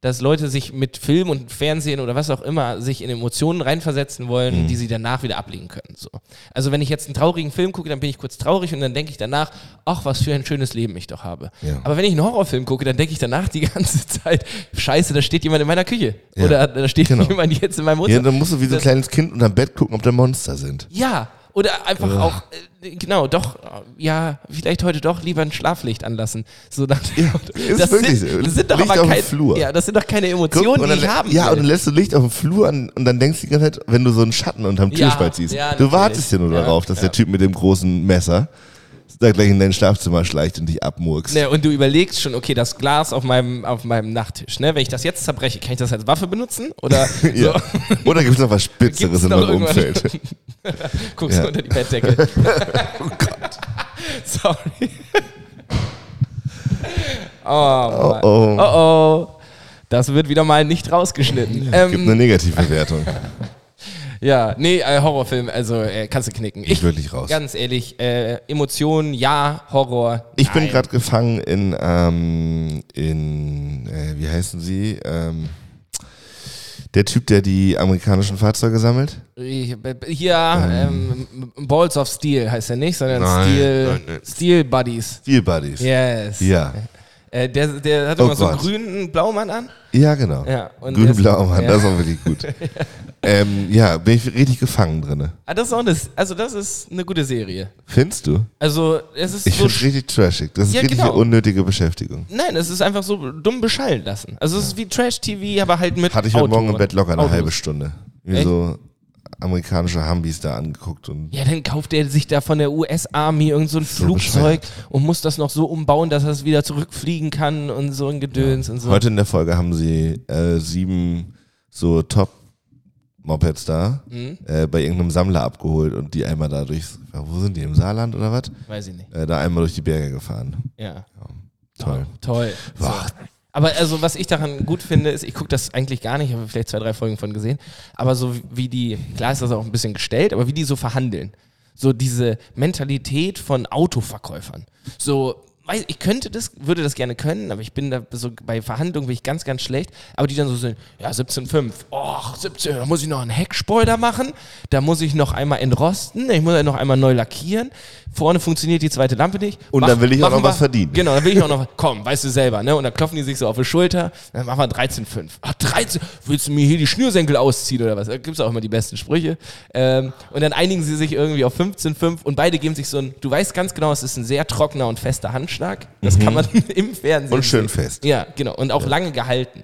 S1: dass Leute sich mit Film und Fernsehen oder was auch immer sich in Emotionen reinversetzen wollen,
S3: Mhm.
S1: die sie danach wieder ablegen können. So. Also wenn ich jetzt einen traurigen Film gucke, dann bin ich kurz traurig und dann denke ich danach, ach, was für ein schönes Leben ich doch habe.
S3: Ja.
S1: Aber wenn ich einen Horrorfilm gucke, dann denke ich danach die ganze Zeit, scheiße, da steht jemand in meiner Küche.
S3: Ja.
S1: Oder da steht
S3: Genau.
S1: jemand jetzt in meinem Wohnzimmer.
S3: Ja, dann musst du wie so ein
S1: Das-
S3: kleines Kind unterm Bett gucken, ob da Monster sind.
S1: ja, oder einfach auch, äh, genau, doch, äh, ja, vielleicht heute doch lieber ein Schlaflicht anlassen. So nach dem Motto.
S3: ist wirklich so.
S1: sind, das sind doch
S3: Licht
S1: aber
S3: auf dem
S1: kein,
S3: Flur.
S1: Ja, das sind doch keine
S3: Guck,
S1: Emotionen,
S3: und
S1: die
S3: dann,
S1: ich haben
S3: ja, und
S1: will.
S3: dann lässt du Licht auf dem Flur an und dann denkst du die ganze Zeit, wenn du so einen Schatten unterm
S1: Ja,
S3: Türspalt siehst,
S1: ja,
S3: du
S1: natürlich.
S3: wartest ja nur
S1: Ja,
S3: darauf, dass
S1: ja.
S3: der Typ mit dem großen Messer da gleich in dein Schlafzimmer schleicht und dich abmurkst.
S1: Ne, und du überlegst schon, okay, das Glas auf meinem, auf meinem Nachttisch, ne? Wenn ich das jetzt zerbreche, kann ich das als Waffe benutzen? Oder
S3: Ja.
S1: so,
S3: Oder gibt es noch was
S1: Gibt's
S3: Spitzeres in
S1: noch
S3: meinem
S1: irgendwas?
S3: Umfeld?
S1: guckst
S3: Ja.
S1: du unter die Bettdecke? oh Gott. Sorry. Oh, Mann.
S3: Oh, oh.
S1: oh oh. Das wird wieder mal nicht rausgeschnitten. Ähm,
S3: Gibt eine Negativbewertung.
S1: Ja, nee, äh, Horrorfilm, also äh, kannst du knicken. Ich,
S3: will dich raus.
S1: Ganz ehrlich, äh, Emotionen, ja, Horror.
S3: Ich bin
S1: nein.
S3: gerade gefangen in, ähm, in äh, wie heißen sie? Ähm, der Typ, der die amerikanischen Fahrzeuge sammelt?
S1: Ich- äh, Hier, ähm, Balls of Steel heißt er nicht, sondern
S3: Nein,
S1: Steel,
S3: nein, nein.
S1: Steel Buddies.
S3: Steel Buddies.
S1: Yes.
S3: Ja.
S1: Äh, der, der hat
S3: Oh
S1: immer so einen
S3: Gott.
S1: grünen Blaumann an.
S3: Ja, genau.
S1: Ja, und
S3: Grün,
S1: der-
S3: blau, Mann,
S1: ja.
S3: das ist auch wirklich gut. ähm, ja, bin ich richtig gefangen drin.
S1: Ah, das ist auch eine, also das ist eine gute Serie.
S3: Findest du?
S1: Also es ist
S3: Ich
S1: so
S3: finde es richtig trashig. Das ist
S1: Ja,
S3: richtig
S1: genau.
S3: unnötige Beschäftigung.
S1: Nein, es ist einfach so dumm beschallen lassen. Also es ist wie Trash-TV, aber halt mit
S3: Hatte ich heute
S1: Auto
S3: Morgen im
S1: und
S3: Bett locker eine
S1: Autos.
S3: halbe Stunde. Wie
S1: Echt?
S3: so amerikanische Hambis da angeguckt und
S1: Ja, dann kauft er sich da von der US-Army irgend so ein Flugzeug und muss das noch so umbauen, dass er es wieder zurückfliegen kann und so ein Gedöns und so.
S3: Heute in der Folge haben sie äh, sieben so Top-Mopeds da äh, bei irgendeinem Sammler abgeholt und die einmal da durchs, wo sind die, im Saarland oder was?
S1: Weiß ich nicht.
S3: Äh, da einmal durch die Berge gefahren.
S1: Ja.
S3: Toll.
S1: Toll. So.
S3: Boah,
S1: Aber also, was ich daran gut finde, ist, ich gucke das eigentlich gar nicht, habe vielleicht zwei, drei Folgen von gesehen, aber so wie die, klar ist das auch ein bisschen gestellt, aber wie die so verhandeln. So diese Mentalität von Autoverkäufern. So, weiß, ich könnte das, würde das gerne können, aber ich bin da so bei Verhandlungen bin ich ganz, ganz schlecht. Aber die dann so sind, ja, 17,5. Och, 17, da muss ich noch einen Heckspoiler machen, da muss ich noch einmal entrosten, ich muss ja noch einmal neu lackieren. Vorne funktioniert die zweite Lampe nicht.
S3: Und dann will ich auch
S1: machen
S3: noch was
S1: wir-
S3: verdienen.
S1: Genau, dann will ich auch noch, komm, weißt du selber, ne? Und dann klopfen die sich so auf die Schulter, dann machen wir 13,5. Ach, 13, willst du mir hier die Schnürsenkel ausziehen oder was? Da gibt's auch immer die besten Sprüche. Ähm, und dann einigen sie sich irgendwie auf 15,5 und beide geben sich so ein, du weißt ganz genau, es ist ein sehr trockener und fester Handschlag. Das kann man im Fernsehen.
S3: Mhm. Und schön
S1: sehen.
S3: fest.
S1: Ja, genau. Und auch lange gehalten.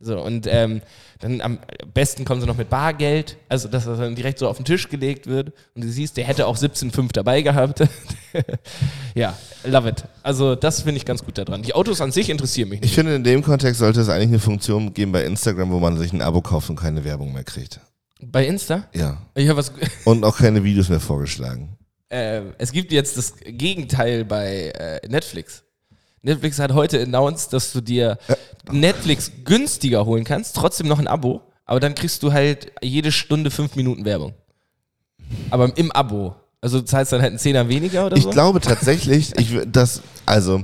S1: So, und ähm, dann am besten kommen sie noch mit Bargeld, also dass das dann direkt so auf den Tisch gelegt wird. Und du siehst, der hätte auch 17,5 dabei gehabt. ja, love it. Also, das finde ich ganz gut daran. Die Autos an sich interessieren mich
S3: Ich
S1: nicht.
S3: finde, in dem Kontext sollte es eigentlich eine Funktion geben bei Instagram, wo man sich ein Abo kauft und keine Werbung mehr kriegt.
S1: Bei Insta?
S3: Ja.
S1: Ich hab was.
S3: Und auch keine Videos mehr vorgeschlagen.
S1: Äh, es gibt jetzt das Gegenteil bei äh, Netflix. Netflix hat heute announced, dass du dir Netflix günstiger holen kannst, trotzdem noch ein Abo, aber dann kriegst du halt jede Stunde fünf Minuten Werbung. Aber im Abo. Also du zahlst dann halt einen Zehner weniger oder
S3: Ich
S1: so?
S3: glaube tatsächlich, ich, wür- dass, also,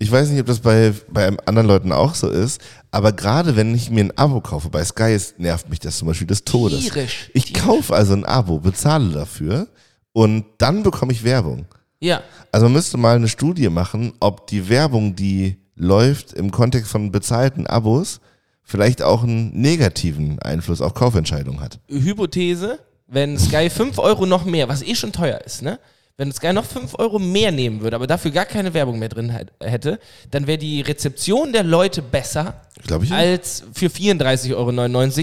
S3: ich weiß nicht, ob das bei, bei anderen Leuten auch so ist, aber gerade wenn ich mir ein Abo kaufe, bei Sky ist, nervt mich das zum Beispiel des Todes.
S1: Tierisch,
S3: ich kaufe also ein Abo, bezahle dafür und dann bekomme ich Werbung.
S1: Ja.
S3: Also man müsste mal eine Studie machen, ob die Werbung, die läuft im Kontext von bezahlten Abos, vielleicht auch einen negativen Einfluss auf Kaufentscheidungen hat.
S1: Hypothese, wenn Sky 5 Euro noch mehr, was eh schon teuer ist, ne? Wenn Sky noch 5 Euro mehr nehmen würde, aber dafür gar keine Werbung mehr drin hätt- hätte, dann wäre die Rezeption der Leute besser
S3: Glaube ich. auch.
S1: als für 34,99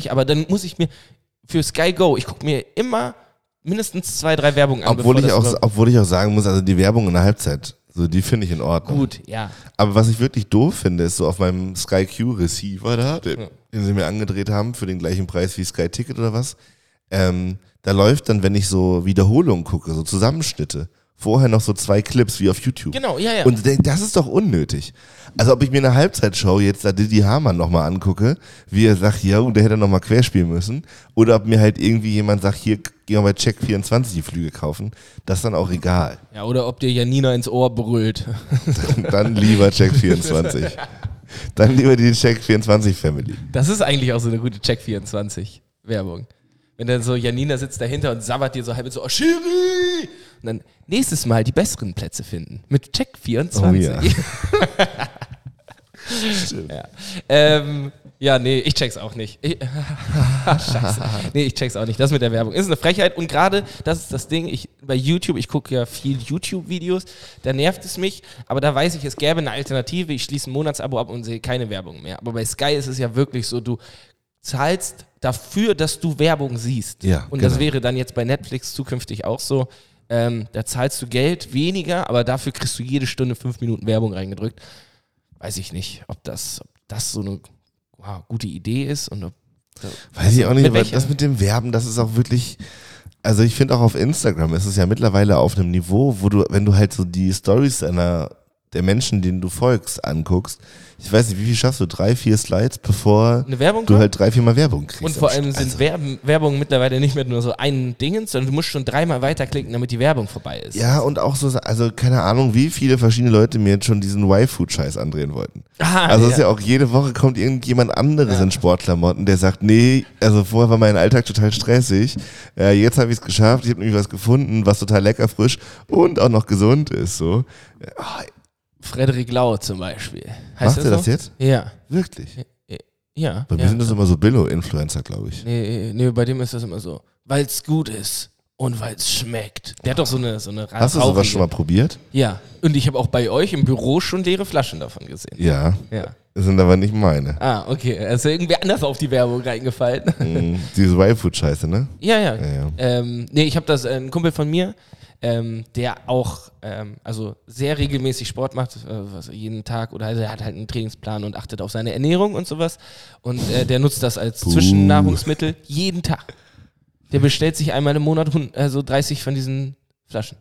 S1: Euro. Aber dann muss ich mir für Sky Go, ich gucke mir immer mindestens zwei, drei Werbungen an.
S3: Obwohl
S1: bevor
S3: ich,
S1: das
S3: auch,
S1: überhaupt-
S3: obwohl ich auch sagen muss, also die Werbung in der Halbzeit, so die finde ich in Ordnung.
S1: Gut, ja.
S3: Aber was ich wirklich doof finde, ist so auf meinem Sky Q Receiver da, den, den sie mir angedreht haben für den gleichen Preis wie Sky Ticket oder was. Ähm, da läuft dann, wenn ich so Wiederholungen gucke, so Zusammenschnitte, vorher noch so zwei Clips wie auf YouTube.
S1: Genau, ja, ja.
S3: Und denk, das ist doch unnötig. Also ob ich mir eine Halbzeitshow jetzt da Didi Hamann nochmal angucke, wie er sagt, ja, und der hätte nochmal querspielen müssen, oder ob mir halt irgendwie jemand sagt, hier, geh mal bei Check 24 die Flüge kaufen, das ist dann auch egal.
S1: ja, oder ob dir Janina ins Ohr brüllt.
S3: Dann lieber Check 24. Dann lieber die Check 24 Family.
S1: Das ist eigentlich auch so eine gute Check24-Werbung. Wenn dann so Janina sitzt dahinter und sabbert dir so halb so, oh, Schiri! Und dann nächstes Mal die besseren Plätze finden. Mit Check24.
S3: Oh ja.
S1: ja. Ähm, ja, nee, ich check's auch nicht. Ich, Scheiße. Nee, ich check's auch nicht. Das mit der Werbung ist eine Frechheit. Und gerade, das ist das Ding, ich, bei YouTube, ich gucke ja viel YouTube-Videos, da nervt es mich, aber da weiß ich, es gäbe eine Alternative. Ich schließe ein Monatsabo ab und sehe keine Werbung mehr. Aber bei Sky ist es ja wirklich so, du zahlst dafür, dass du Werbung siehst.
S3: Ja,
S1: und das
S3: genau.
S1: wäre dann jetzt bei Netflix zukünftig auch so. Ähm, da zahlst du Geld weniger, aber dafür kriegst du jede Stunde fünf Minuten Werbung reingedrückt weiß ich nicht, ob das, ob das so eine wow, gute Idee ist und ob
S3: Weiß ich auch nicht,
S1: Mit
S3: aber
S1: welcher?
S3: das mit dem Werben, das ist auch wirklich. Also ich finde auch auf Instagram ist es ja mittlerweile auf einem Niveau, wo du, wenn du halt so die Stories einer der Menschen, denen du folgst, anguckst, ich weiß nicht, wie viel schaffst du? Drei, vier Slides, bevor
S1: eine Werbung
S3: du
S1: kommt.
S3: halt drei, viermal Werbung kriegst.
S1: und vor
S3: am
S1: allem
S3: St- Also,
S1: sind Werben, Werbungen mittlerweile nicht mehr nur so ein Dingens, sondern du musst schon dreimal weiterklicken, damit die Werbung vorbei ist.
S3: ja, und auch so, also keine Ahnung, wie viele verschiedene Leute mir jetzt schon diesen Y-Food-Scheiß andrehen wollten.
S1: Ah,
S3: Also
S1: ja.
S3: ist ja auch jede Woche kommt irgendjemand anderes in Sportklamotten, der sagt, nee, also vorher war mein Alltag total stressig, äh, jetzt habe ich es geschafft, ich habe nämlich was gefunden, was total lecker, frisch und auch noch gesund ist. So, Äh, ah,
S1: Frederik Lau zum Beispiel. Heißt
S3: Macht er das
S1: so?
S3: jetzt?
S1: Ja.
S3: Wirklich?
S1: Ja.
S3: Bei mir
S1: ja.
S3: sind das immer so Billo-Influencer, glaube ich.
S1: nee, nee, bei dem ist das immer so. Weil es gut ist und weil es schmeckt. Der hat doch so eine, so eine
S3: Hast du sowas schon mal probiert?
S1: Ja. Und ich habe auch bei euch im Büro schon leere Flaschen davon gesehen.
S3: Ja.
S1: Ja.
S3: Das sind aber nicht meine.
S1: Ah, okay. Er ist irgendwie anders auf die Werbung reingefallen.
S3: Mhm. Diese Y-Food-Scheiße, ne?
S1: Ja, ja.
S3: Ja, ja.
S1: Ähm, nee, ich habe das, äh, ein Kumpel von mir, ähm, der auch ähm, also sehr regelmäßig Sport macht, äh, was, jeden Tag oder also er hat halt einen Trainingsplan und achtet auf seine Ernährung und sowas. Und äh, der nutzt das als Zwischennahrungsmittel jeden Tag. Der bestellt sich einmal im Monat hun- also 30 von diesen Flaschen.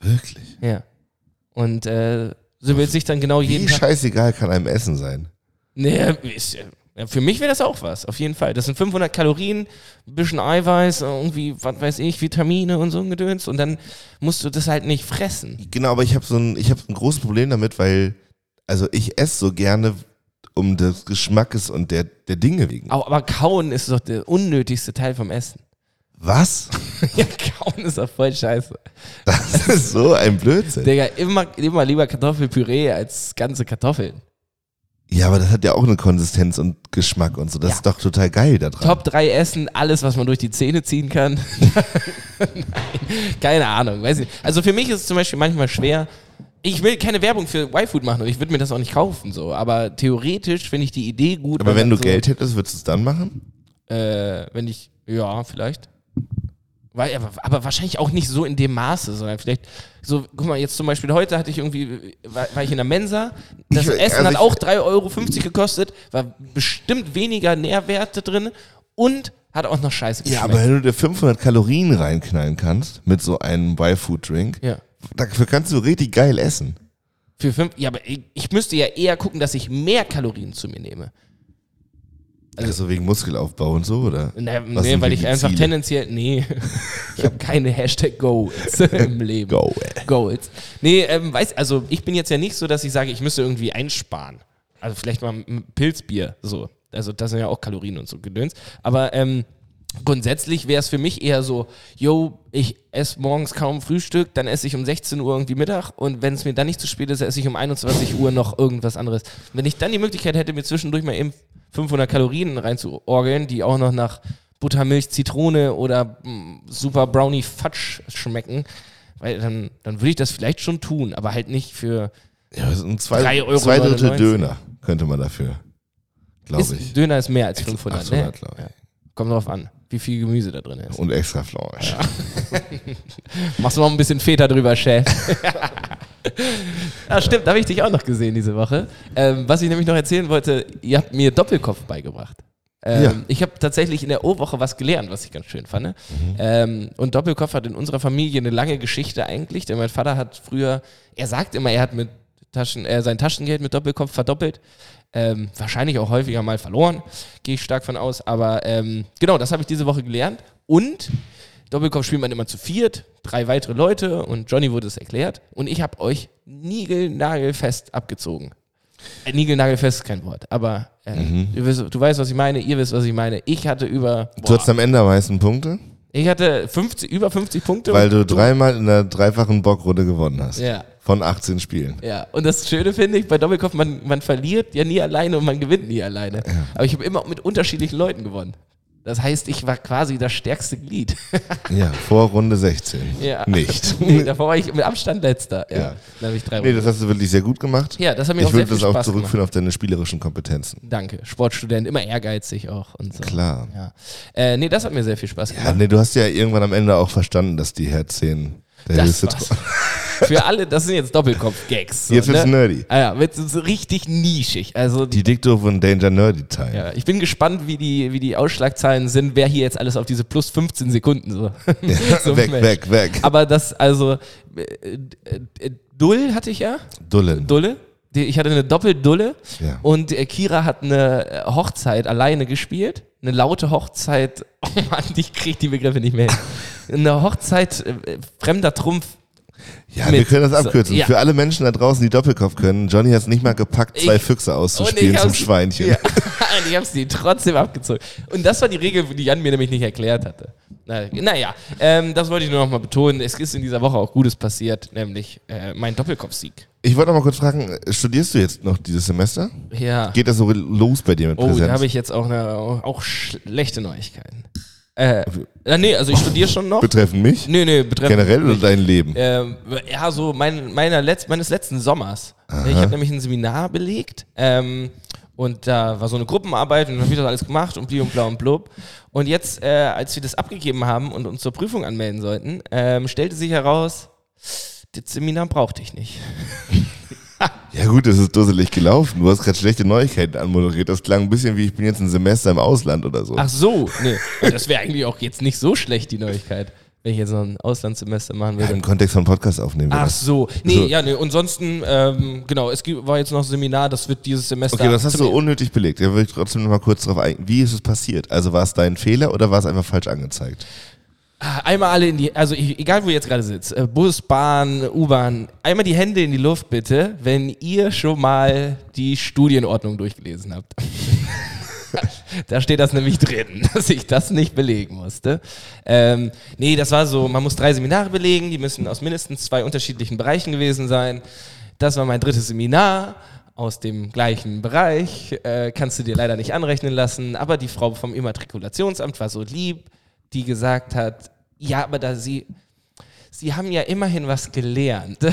S3: Wirklich?
S1: Ja. Und äh, so wird sich dann genau jeden
S3: Wie
S1: Tag.
S3: scheißegal kann einem Essen sein?
S1: Nee, ist, äh, ja, für mich wäre das auch was, auf jeden Fall. Das sind 500 Kalorien, ein bisschen Eiweiß, irgendwie, was weiß ich, Vitamine und so ein Gedöns. Und dann musst du das halt nicht fressen.
S3: Genau, aber ich habe so ein, ich habe ein großes Problem damit, weil, also ich esse so gerne um des Geschmackes und der, der Dinge wegen.
S1: Au- Aber kauen ist doch der unnötigste Teil vom Essen.
S3: Was?
S1: ja, kauen ist doch voll scheiße.
S3: Das ist so ein Blödsinn.
S1: Digga, immer, immer lieber Kartoffelpüree als ganze Kartoffeln.
S3: Ja, aber das hat ja auch eine Konsistenz und Geschmack und so. Das
S1: Ja.
S3: ist doch total geil da dran.
S1: Top 3 Essen, alles, was man durch die Zähne ziehen kann. Nein, keine Ahnung. Weiß nicht. Also für mich ist es zum Beispiel manchmal schwer. Ich will keine Werbung für Y-Food machen und ich würde mir das auch nicht kaufen. So. Aber theoretisch finde ich die Idee gut.
S3: Aber wenn
S1: man
S3: du
S1: so,
S3: Geld hättest, würdest du es dann machen?
S1: Äh, wenn ich, ja, vielleicht. Weil, aber, aber wahrscheinlich auch nicht so in dem Maße, sondern vielleicht so, guck mal, jetzt zum Beispiel heute hatte ich irgendwie, war, war ich in der Mensa, das
S3: Ich-
S1: Essen
S3: also
S1: hat
S3: ich-
S1: auch 3,50 Euro gekostet, war bestimmt weniger Nährwerte drin und hat auch noch scheiße
S3: Ja,
S1: geschmeckt.
S3: aber wenn du dir 500 Kalorien reinknallen kannst mit so einem Y-Food-Drink,
S1: Ja.
S3: dafür kannst du richtig geil essen.
S1: Für fünf, ja, aber ich, ich müsste ja eher gucken, dass ich mehr Kalorien zu mir nehme.
S3: Also so wegen Muskelaufbau und so, oder?
S1: Na,
S3: Was
S1: nee,
S3: sind
S1: weil
S3: die
S1: ich einfach
S3: Ziele?
S1: tendenziell, nee, ich habe keine Hashtag Goals im Leben.
S3: Go, ey.
S1: Goals. Nee, ähm, weiß, also ich bin jetzt ja nicht so, dass ich sage, ich müsste irgendwie einsparen. Also vielleicht mal ein Pilzbier, so. Also das sind ja auch Kalorien und so Gedöns. Aber ähm, grundsätzlich wäre es für mich eher so, yo, ich esse morgens kaum Frühstück, dann esse ich um 16 Uhr irgendwie Mittag und wenn es mir dann nicht zu spät ist, esse ich um 21 Uhr noch irgendwas anderes. Wenn ich dann die Möglichkeit hätte, mir zwischendurch mal eben 500 Kalorien reinzuorgeln, die auch noch nach Buttermilch, Zitrone oder mm, Super Brownie Fudge schmecken, weil dann, dann würde ich das vielleicht schon tun, aber halt nicht für
S3: Ja, das sind zwei,
S1: Drei Euro
S3: zwei Drittel
S1: 99.
S3: Döner könnte man dafür,
S1: ist,
S3: glaube ich.
S1: Döner ist mehr als 500,
S3: 800,
S1: ne?
S3: glaube ich.
S1: Kommt drauf an, wie viel Gemüse da drin ist.
S3: Und extra Fleisch.
S1: Machst du noch ein bisschen Feta drüber, Chef. ah, stimmt, da habe ich dich auch noch gesehen diese Woche. Ähm, was ich nämlich noch erzählen wollte, ihr habt mir Doppelkopf beigebracht. Ähm,
S3: Ja.
S1: Ich habe tatsächlich in der O-Woche was gelernt, was ich ganz schön fand. ne? Ähm, und Doppelkopf hat in unserer Familie eine lange Geschichte eigentlich, denn mein Vater hat früher, er sagt immer, er hat mit Taschen, äh, sein Taschengeld mit Doppelkopf verdoppelt. Ähm, wahrscheinlich auch häufiger mal verloren, gehe ich stark von aus. Aber ähm, genau, das habe ich diese Woche gelernt. Und Doppelkopf spielt man immer zu viert, drei weitere Leute und Johnny wurde es erklärt. Und ich habe euch niegelnagelfest abgezogen. Äh, niegelnagelfest ist kein Wort, aber äh,
S3: Mhm.
S1: du, wisst, du weißt, was ich meine, ihr wisst, was ich meine. Ich hatte über,
S3: Du hattest am Ende am meisten Punkte,
S1: ich hatte 50, über 50 Punkte.
S3: weil
S1: und
S3: du dreimal in der dreifachen Bockrunde gewonnen hast.
S1: Ja.
S3: Von 18 Spielen.
S1: Ja, und das Schöne finde ich bei Doppelkopf, man, man verliert ja nie alleine und man gewinnt nie alleine. Aber ich habe immer mit unterschiedlichen Leuten gewonnen. Das heißt, ich war quasi das stärkste Glied.
S3: Ja, vor Runde 16.
S1: ja.
S3: Nicht.
S1: nee, davor war ich mit Abstand letzter. Ja.
S3: Ja.
S1: Da habe ich drei
S3: Nee,
S1: Runden.
S3: das hast du wirklich sehr gut gemacht.
S1: Ja, das hat mir auch
S3: ich
S1: sehr
S3: würde
S1: viel
S3: das auch
S1: Spaß
S3: zurückführen auf deine spielerischen Kompetenzen.
S1: Danke. Sportstudent, immer ehrgeizig auch und so.
S3: Klar.
S1: Ja. Äh, nee, das hat mir sehr viel Spaß
S3: Ja, ne.
S1: gemacht.
S3: nee, du hast ja irgendwann am Ende auch verstanden, dass die Herz 10 der
S1: das
S3: höchste
S1: war's.
S3: Tro-
S1: Für alle, das sind jetzt Doppelkopf-Gags. So,
S3: Jetzt wird's nerdy.
S1: Ah, ja, wird so richtig nischig. Also
S3: Die Diktor von Danger Nerdy Time.
S1: Ja, ich bin gespannt, wie die, wie die Ausschlagzahlen sind, wer hier jetzt alles auf diese plus 15 Sekunden so. so
S3: weg,
S1: matcht.
S3: weg, weg.
S1: Aber das, also, äh, äh, äh, Dull hatte ich ja.
S3: Dullen.
S1: Dulle. Die- Ich hatte eine Doppeldulle.
S3: Ja.
S1: Und äh, Kira hat eine äh, Hochzeit alleine gespielt. Eine laute Hochzeit. Oh Mann, ich krieg die Begriffe nicht mehr hin. Eine Hochzeit, äh, äh, fremder Trumpf.
S3: Ja,
S1: mit.
S3: wir können das
S1: So,
S3: abkürzen.
S1: ja.
S3: Für alle Menschen da draußen, die Doppelkopf können, Johnny hat es nicht mal gepackt, zwei
S1: Ich-
S3: Füchse
S1: Und
S3: auszuspielen
S1: ich
S3: zum
S1: hab's-
S3: Schweinchen.
S1: Ja. Und ich habe sie trotzdem abgezogen. Und das war die Regel, die Jan mir nämlich nicht erklärt hatte. Na, naja, ähm, das wollte ich nur nochmal betonen. Es ist in dieser Woche auch Gutes passiert, nämlich äh, mein Doppelkopfsieg.
S3: Ich wollte noch mal kurz fragen, studierst du jetzt noch dieses Semester?
S1: Ja.
S3: Geht das so los bei dir mit
S1: oh,
S3: Präsenz?
S1: da habe ich jetzt auch, eine, auch schlechte Neuigkeiten. Äh, äh, nee, also ich studiere schon noch.
S3: Betreffen mich?
S1: Nee, nee, betreffend
S3: Generell oder dein Leben?
S1: Ähm, ja, so mein, meiner Letz-, meines letzten Sommers. Ich habe nämlich ein Seminar belegt ähm, und da war so eine Gruppenarbeit und dann habe ich das alles gemacht und bli und bla und blub. Und jetzt, äh, als wir das abgegeben haben und uns zur Prüfung anmelden sollten, ähm, stellte sich heraus, das Seminar brauchte ich nicht.
S3: Ja gut, das ist dusselig gelaufen. Du hast gerade schlechte Neuigkeiten anmoderiert. Das klang ein bisschen wie, ich bin jetzt ein Semester im Ausland oder so.
S1: Ach so, nee. Das wäre eigentlich auch jetzt nicht so schlecht, die Neuigkeit, wenn ich jetzt noch ein Auslandssemester machen
S3: Ja,
S1: würde.
S3: Im Kontext von Podcast aufnehmen wir
S1: Ach
S3: das.
S1: so. Nee,
S3: So.
S1: ja, nee. Und sonst, ähm, genau, es gibt, war jetzt noch ein Seminar, das wird dieses Semester.
S3: Okay, das hast du
S1: zum-
S3: unnötig belegt. Da würde ich trotzdem noch mal kurz drauf eingehen. Wie ist es passiert? Also war es dein Fehler oder war es einfach falsch angezeigt?
S1: Einmal alle in die, also ich- egal wo ihr jetzt gerade sitzt, äh, Bus, Bahn, U-Bahn, einmal die Hände in die Luft bitte, wenn ihr schon mal die Studienordnung durchgelesen habt. da steht das nämlich drin, dass ich das nicht belegen musste. Ähm, nee, das war so, man muss drei Seminare belegen, die müssen aus mindestens zwei unterschiedlichen Bereichen gewesen sein. Das war mein drittes Seminar aus dem gleichen Bereich. Äh, kannst du dir leider nicht anrechnen lassen, aber die Frau vom Immatrikulationsamt war so lieb, die gesagt hat, ja, aber da sie, sie haben ja immerhin was gelernt.
S3: Oh.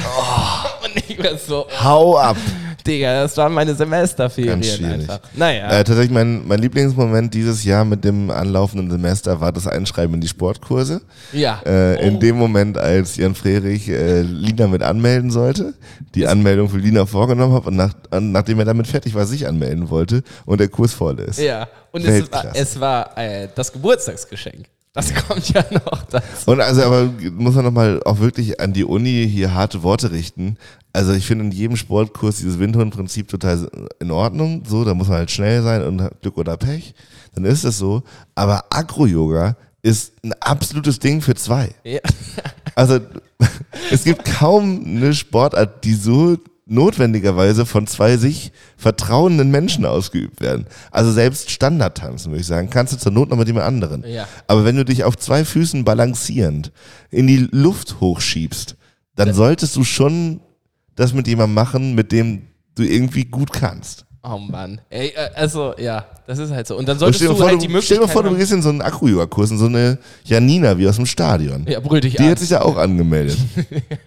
S1: Und ich war so,
S3: Hau ab!
S1: Digga, das waren meine Semesterferien
S3: Ganz schwierig.
S1: einfach. Naja.
S3: Äh, tatsächlich, mein, mein Lieblingsmoment dieses Jahr mit dem anlaufenden Semester war das Einschreiben in die Sportkurse.
S1: Ja.
S3: Äh,
S1: Oh.
S3: In dem Moment, als Jan Frerich äh, Lina mit anmelden sollte, die Anmeldung für Lina vorgenommen habe und nach, an, nachdem er damit fertig war, sich anmelden wollte und der Kurs voll ist.
S1: ja. Und es war,
S3: Weltklasse.
S1: es war äh, das Geburtstagsgeschenk. Das kommt ja noch dazu.
S3: Und also, aber muss man nochmal auch wirklich an die Uni hier harte Worte richten. Also ich finde in jedem Sportkurs dieses Windhorn-Prinzip total in Ordnung. So, da muss man halt schnell sein und hat Glück oder Pech. Dann ist es so. Aber Agro-Yoga ist ein absolutes Ding für zwei.
S1: Ja.
S3: Also es gibt kaum eine Sportart, die so notwendigerweise von zwei sich vertrauenden Menschen ausgeübt werden. Also selbst Standardtanzen, würde ich sagen, kannst du zur Not noch mit jemand anderen.
S1: Ja.
S3: Aber wenn du dich auf zwei Füßen balancierend in die Luft hochschiebst, dann solltest du schon das mit jemandem machen, mit dem du irgendwie gut kannst.
S1: Oh Mann. Ey, äh, also, ja, das ist halt so. Und dann
S3: Und
S1: solltest
S3: stell dir
S1: du
S3: vor,
S1: halt die
S3: du,
S1: Möglichkeit
S3: stell dir vor, du
S1: haben-
S3: gehst in so einen Akku-Yoga-Kurs, in so eine Janina wie aus dem Stadion.
S1: Ja, brüll dich
S3: Die
S1: an.
S3: hat sich ja auch angemeldet.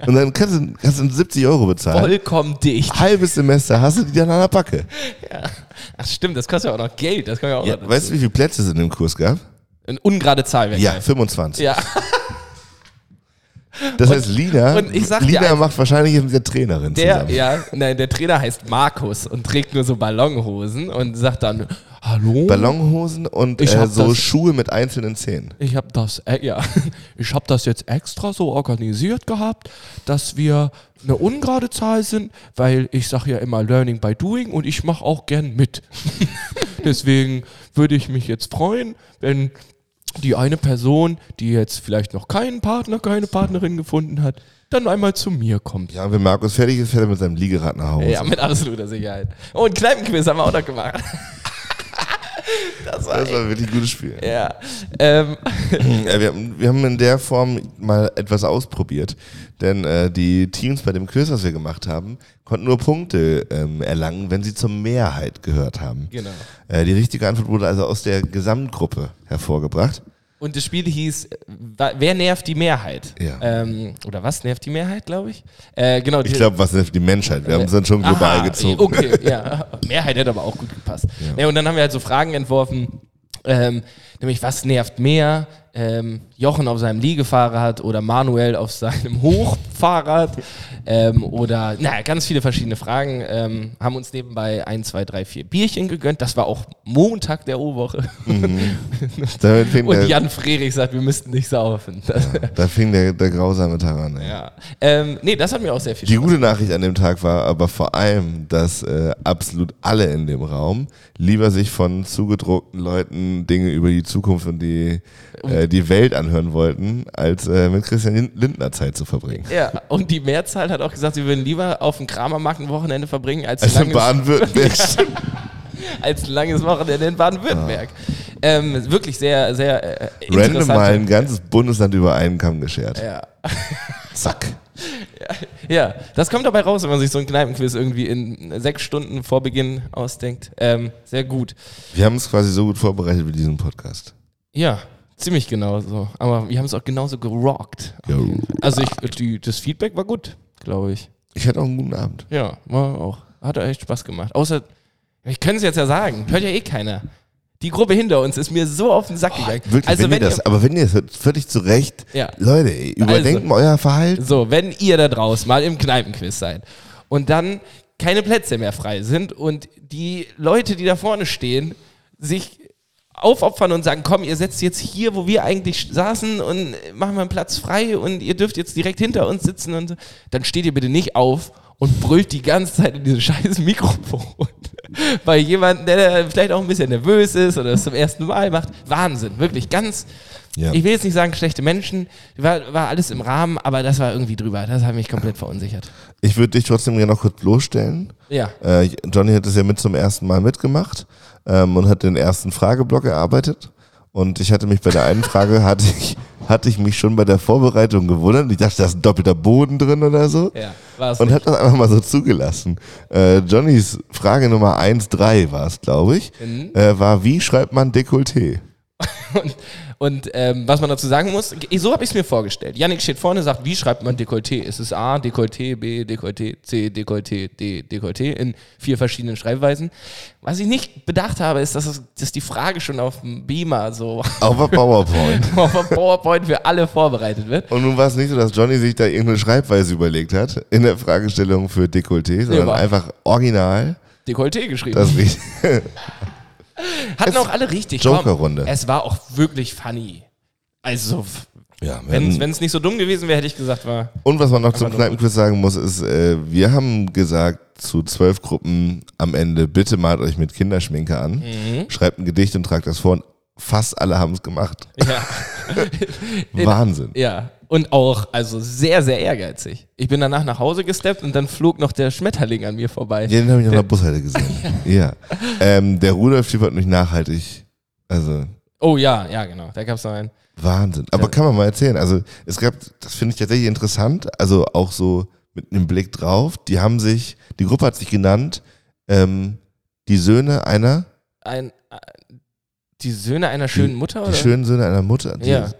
S3: Und dann kannst du, kannst du 70 Euro bezahlen.
S1: Vollkommen dicht.
S3: Halbes Semester hast du die dann an der Backe.
S1: Ach stimmt, das kostet ja auch noch Geld. Das kann ja auch noch
S3: weißt du, wie viele Plätze es in dem Kurs gab?
S1: Eine ungerade Zahl wäre
S3: Ja,
S1: geil.
S3: 25.
S1: Ja.
S3: Das heißt, Lina,
S1: und ich sag dir
S3: Lina
S1: eins-
S3: macht wahrscheinlich mit der Trainerin
S1: Der,
S3: zusammen.
S1: ja, nein, der Trainer heißt Markus und trägt nur so Ballonhosen und sagt dann, hallo,
S3: Ballonhosen und
S1: Ich
S3: äh,
S1: hab
S3: so
S1: das-
S3: Schuhe mit einzelnen Zähnen.
S1: ich habe das, äh, ja, ich habe das jetzt extra so organisiert gehabt, dass wir eine ungerade Zahl sind, weil ich sage ja immer Learning by Doing und ich mache auch gern mit. Deswegen würde ich mich jetzt freuen, wenn die eine Person, die jetzt vielleicht noch keinen Partner, keine Partnerin gefunden hat, dann einmal zu mir kommt.
S3: Ja, und wenn Markus fertig ist, fährt er mit seinem Liegerad nach Hause.
S1: Ja, mit absoluter Sicherheit. Oh, und Kneipenquiz haben wir auch noch gemacht. das war,
S3: Das war wirklich ein gutes Spiel.
S1: ja. Ähm,
S3: Ja, wir, haben- wir haben in der Form mal etwas ausprobiert, denn äh, die Teams bei dem Quiz, was wir gemacht haben, konnten nur Punkte ähm, erlangen, wenn sie zur Mehrheit gehört haben.
S1: Genau.
S3: Äh, die richtige Antwort wurde also aus der Gesamtgruppe hervorgebracht.
S1: und das Spiel hieß, äh, wa- wer nervt die Mehrheit?
S3: Ja.
S1: Ähm, oder was nervt die Mehrheit, glaube ich? Äh, genau,
S3: Ich glaube, was ist die Menschheit? Wir haben es dann schon global gezogen.
S1: Okay, ja. Mehrheit hätte aber auch gut gepasst. Ja. und dann haben wir halt so Fragen entworfen, ähm, nämlich was nervt mehr, ähm, Jochen auf seinem Liegefahrrad oder Manuel auf seinem Hochfahrrad ähm, oder naja, ganz viele verschiedene Fragen. Ähm, haben uns nebenbei ein, zwei, drei, vier Bierchen gegönnt. Das war auch Montag der O-Woche.
S3: Damit fing
S1: Und
S3: der,
S1: Jan Frerich sagt, wir müssten nicht saufen. Das,
S3: da fing der, der grausame Tag an. Ey.
S1: ja. ähm, nee, das hat mir auch sehr viel
S3: Die
S1: Spaß
S3: gute Nachricht an dem Tag war aber vor allem, dass äh, absolut alle in dem Raum lieber sich von zugedruckten Leuten Dinge über die Zukunft und die, äh, die Welt anhören wollten, als äh, mit Christian Lindner Zeit zu verbringen.
S1: Ja, und die Mehrzahl hat auch gesagt, sie würden lieber auf dem Kramermarkt ein Wochenende verbringen, als,
S3: Also
S1: ein, langes,
S3: Baden-Württemberg.
S1: als ein langes Wochenende in Baden-Württemberg. Ähm, wirklich sehr, sehr äh,
S3: Random
S1: interessante-
S3: mal ein ganzes Bundesland über einen Kamm geschert.
S1: Ja.
S3: Zack.
S1: ja, das kommt dabei raus, wenn man sich so ein Kneipenquiz irgendwie in sechs Stunden vor Beginn ausdenkt. Ähm, sehr gut.
S3: Wir haben es quasi so gut vorbereitet wie diesen Podcast.
S1: Ja, ziemlich genau so. Aber wir haben es auch genauso gerockt.
S3: Jo.
S1: Also ich, die, das Feedback war gut, glaube ich.
S3: Ich hatte auch einen guten Abend.
S1: Ja, war auch. Hat echt Spaß gemacht. Außer, ich könnte es jetzt ja sagen, hört ja eh keiner. Die Gruppe hinter uns ist mir so auf den Sack gegangen.
S3: Wirklich,
S1: also
S3: wenn, ihr das, aber wenn ihr das hört, völlig zu Recht,
S1: Ja.
S3: Leute, ey, überdenkt
S1: Also.
S3: mal euer Verhalten.
S1: So, wenn ihr da draußen mal im Kneipenquiz seid und dann keine Plätze mehr frei sind und die Leute, die da vorne stehen, sich aufopfern und sagen, komm, ihr setzt jetzt hier, wo wir eigentlich saßen und machen wir einen Platz frei und ihr dürft jetzt direkt hinter uns sitzen und so, dann steht ihr bitte nicht auf und brüllt die ganze Zeit in dieses scheiß Mikrofon. Bei jemandem, der da vielleicht auch ein bisschen nervös ist oder es zum ersten Mal macht. Wahnsinn, wirklich ganz,
S3: Ja.
S1: ich will jetzt nicht sagen schlechte Menschen, war, war alles im Rahmen, aber das war irgendwie drüber. Das hat mich komplett verunsichert.
S3: Ich würde dich trotzdem gerne noch kurz bloßstellen.
S1: Ja.
S3: Äh, ich- Johnny hat das ja mit zum ersten Mal mitgemacht ähm, und hat den ersten Frageblock erarbeitet. Und ich hatte mich bei der einen Frage, hatte ich, hatte ich mich schon bei der Vorbereitung gewundert. Ich dachte, da ist ein doppelter Boden drin oder so.
S1: Ja, war es.
S3: Und
S1: nicht.
S3: hat das einfach mal so zugelassen. Äh, Johnnys Frage Nummer 1,3 war es, glaube ich, äh, war, wie schreibt man Dekolleté?
S1: Und, und ähm, was man dazu sagen muss, so habe ich es mir vorgestellt. Yannick steht vorne, sagt, wie schreibt man Dekolleté? Ist es A, Dekolleté, B, Dekolleté, C, Dekolleté, D, Dekolleté in vier verschiedenen Schreibweisen. Was ich nicht bedacht habe, ist, dass, es, dass die Frage schon auf dem Beamer so
S3: Auf der PowerPoint.
S1: auf dem PowerPoint für alle vorbereitet wird.
S3: Und nun war es nicht so, dass Johnny sich da irgendeine Schreibweise überlegt hat in der Fragestellung für Dekolleté, sondern
S1: war-
S3: einfach original.
S1: Dekolleté geschrieben.
S3: Das richtig.
S1: Hatten auch alle richtig.
S3: Joker-Runde.
S1: Komm, es war auch wirklich funny. Also, f-
S3: Ja, wir hatten-
S1: wenn es nicht so dumm gewesen wäre, hätte ich gesagt, war.
S3: Und was man noch zum
S1: nur
S3: Kneipenquiz sagen muss, ist, äh, wir haben gesagt zu zwölf Gruppen am Ende, bitte malt euch mit Kinderschminke an,
S1: Mhm.
S3: schreibt ein Gedicht und tragt das vor. Und fast alle haben es gemacht.
S1: Ja.
S3: Wahnsinn.
S1: ja. Und auch, also sehr, sehr ehrgeizig. Ich bin danach nach Hause gesteppt und dann flog noch der Schmetterling an mir vorbei.
S3: Ja, den habe ich an der Bushalte gesehen. ja. Ähm, der Rudolf liefert nicht nachhaltig. Also
S1: Oh ja, ja, genau. Da gab es noch einen.
S3: Wahnsinn. Aber kann man mal erzählen. Also es gab, das finde ich tatsächlich interessant, also auch so mit einem Blick drauf, die haben sich, die Gruppe hat sich genannt, ähm, die Söhne einer,
S1: Ein, äh, die Söhne einer schönen Mutter,
S3: die
S1: oder?
S3: schönen Söhne einer Mutter. Die,
S1: Ja.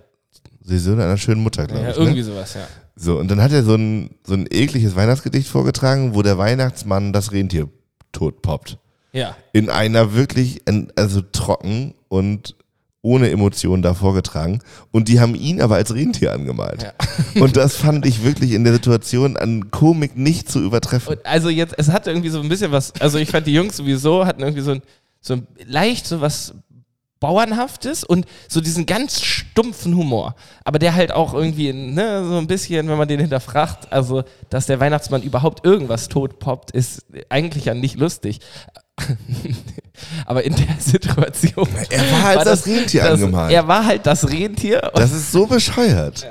S3: Die Söhne einer schönen Mutter, glaube
S1: ja,
S3: ich.
S1: irgendwie
S3: Ne?
S1: sowas, ja.
S3: So, und dann hat er so ein, so ein ekliges Weihnachtsgedicht vorgetragen, wo der Weihnachtsmann das Rentier tot poppt.
S1: Ja.
S3: in einer wirklich, in- also trocken und ohne Emotionen da vorgetragen. Und die haben ihn aber als Rentier angemalt. Und das fand ich wirklich in der Situation an Komik nicht zu übertreffen.
S1: Und also jetzt, es hatte irgendwie so ein bisschen was, also ich fand die Jungs sowieso hatten irgendwie so ein, so ein leicht so was Bauernhaftes und so diesen ganz stumpfen Humor. Aber der halt auch irgendwie, ne, so ein bisschen, wenn man den hinterfragt, also, dass der Weihnachtsmann überhaupt irgendwas totpoppt, ist eigentlich ja nicht lustig. Aber in der Situation.
S3: Er war als das Rentier angemalt.
S1: Er war halt das Rentier. Und,
S3: Das ist so bescheuert.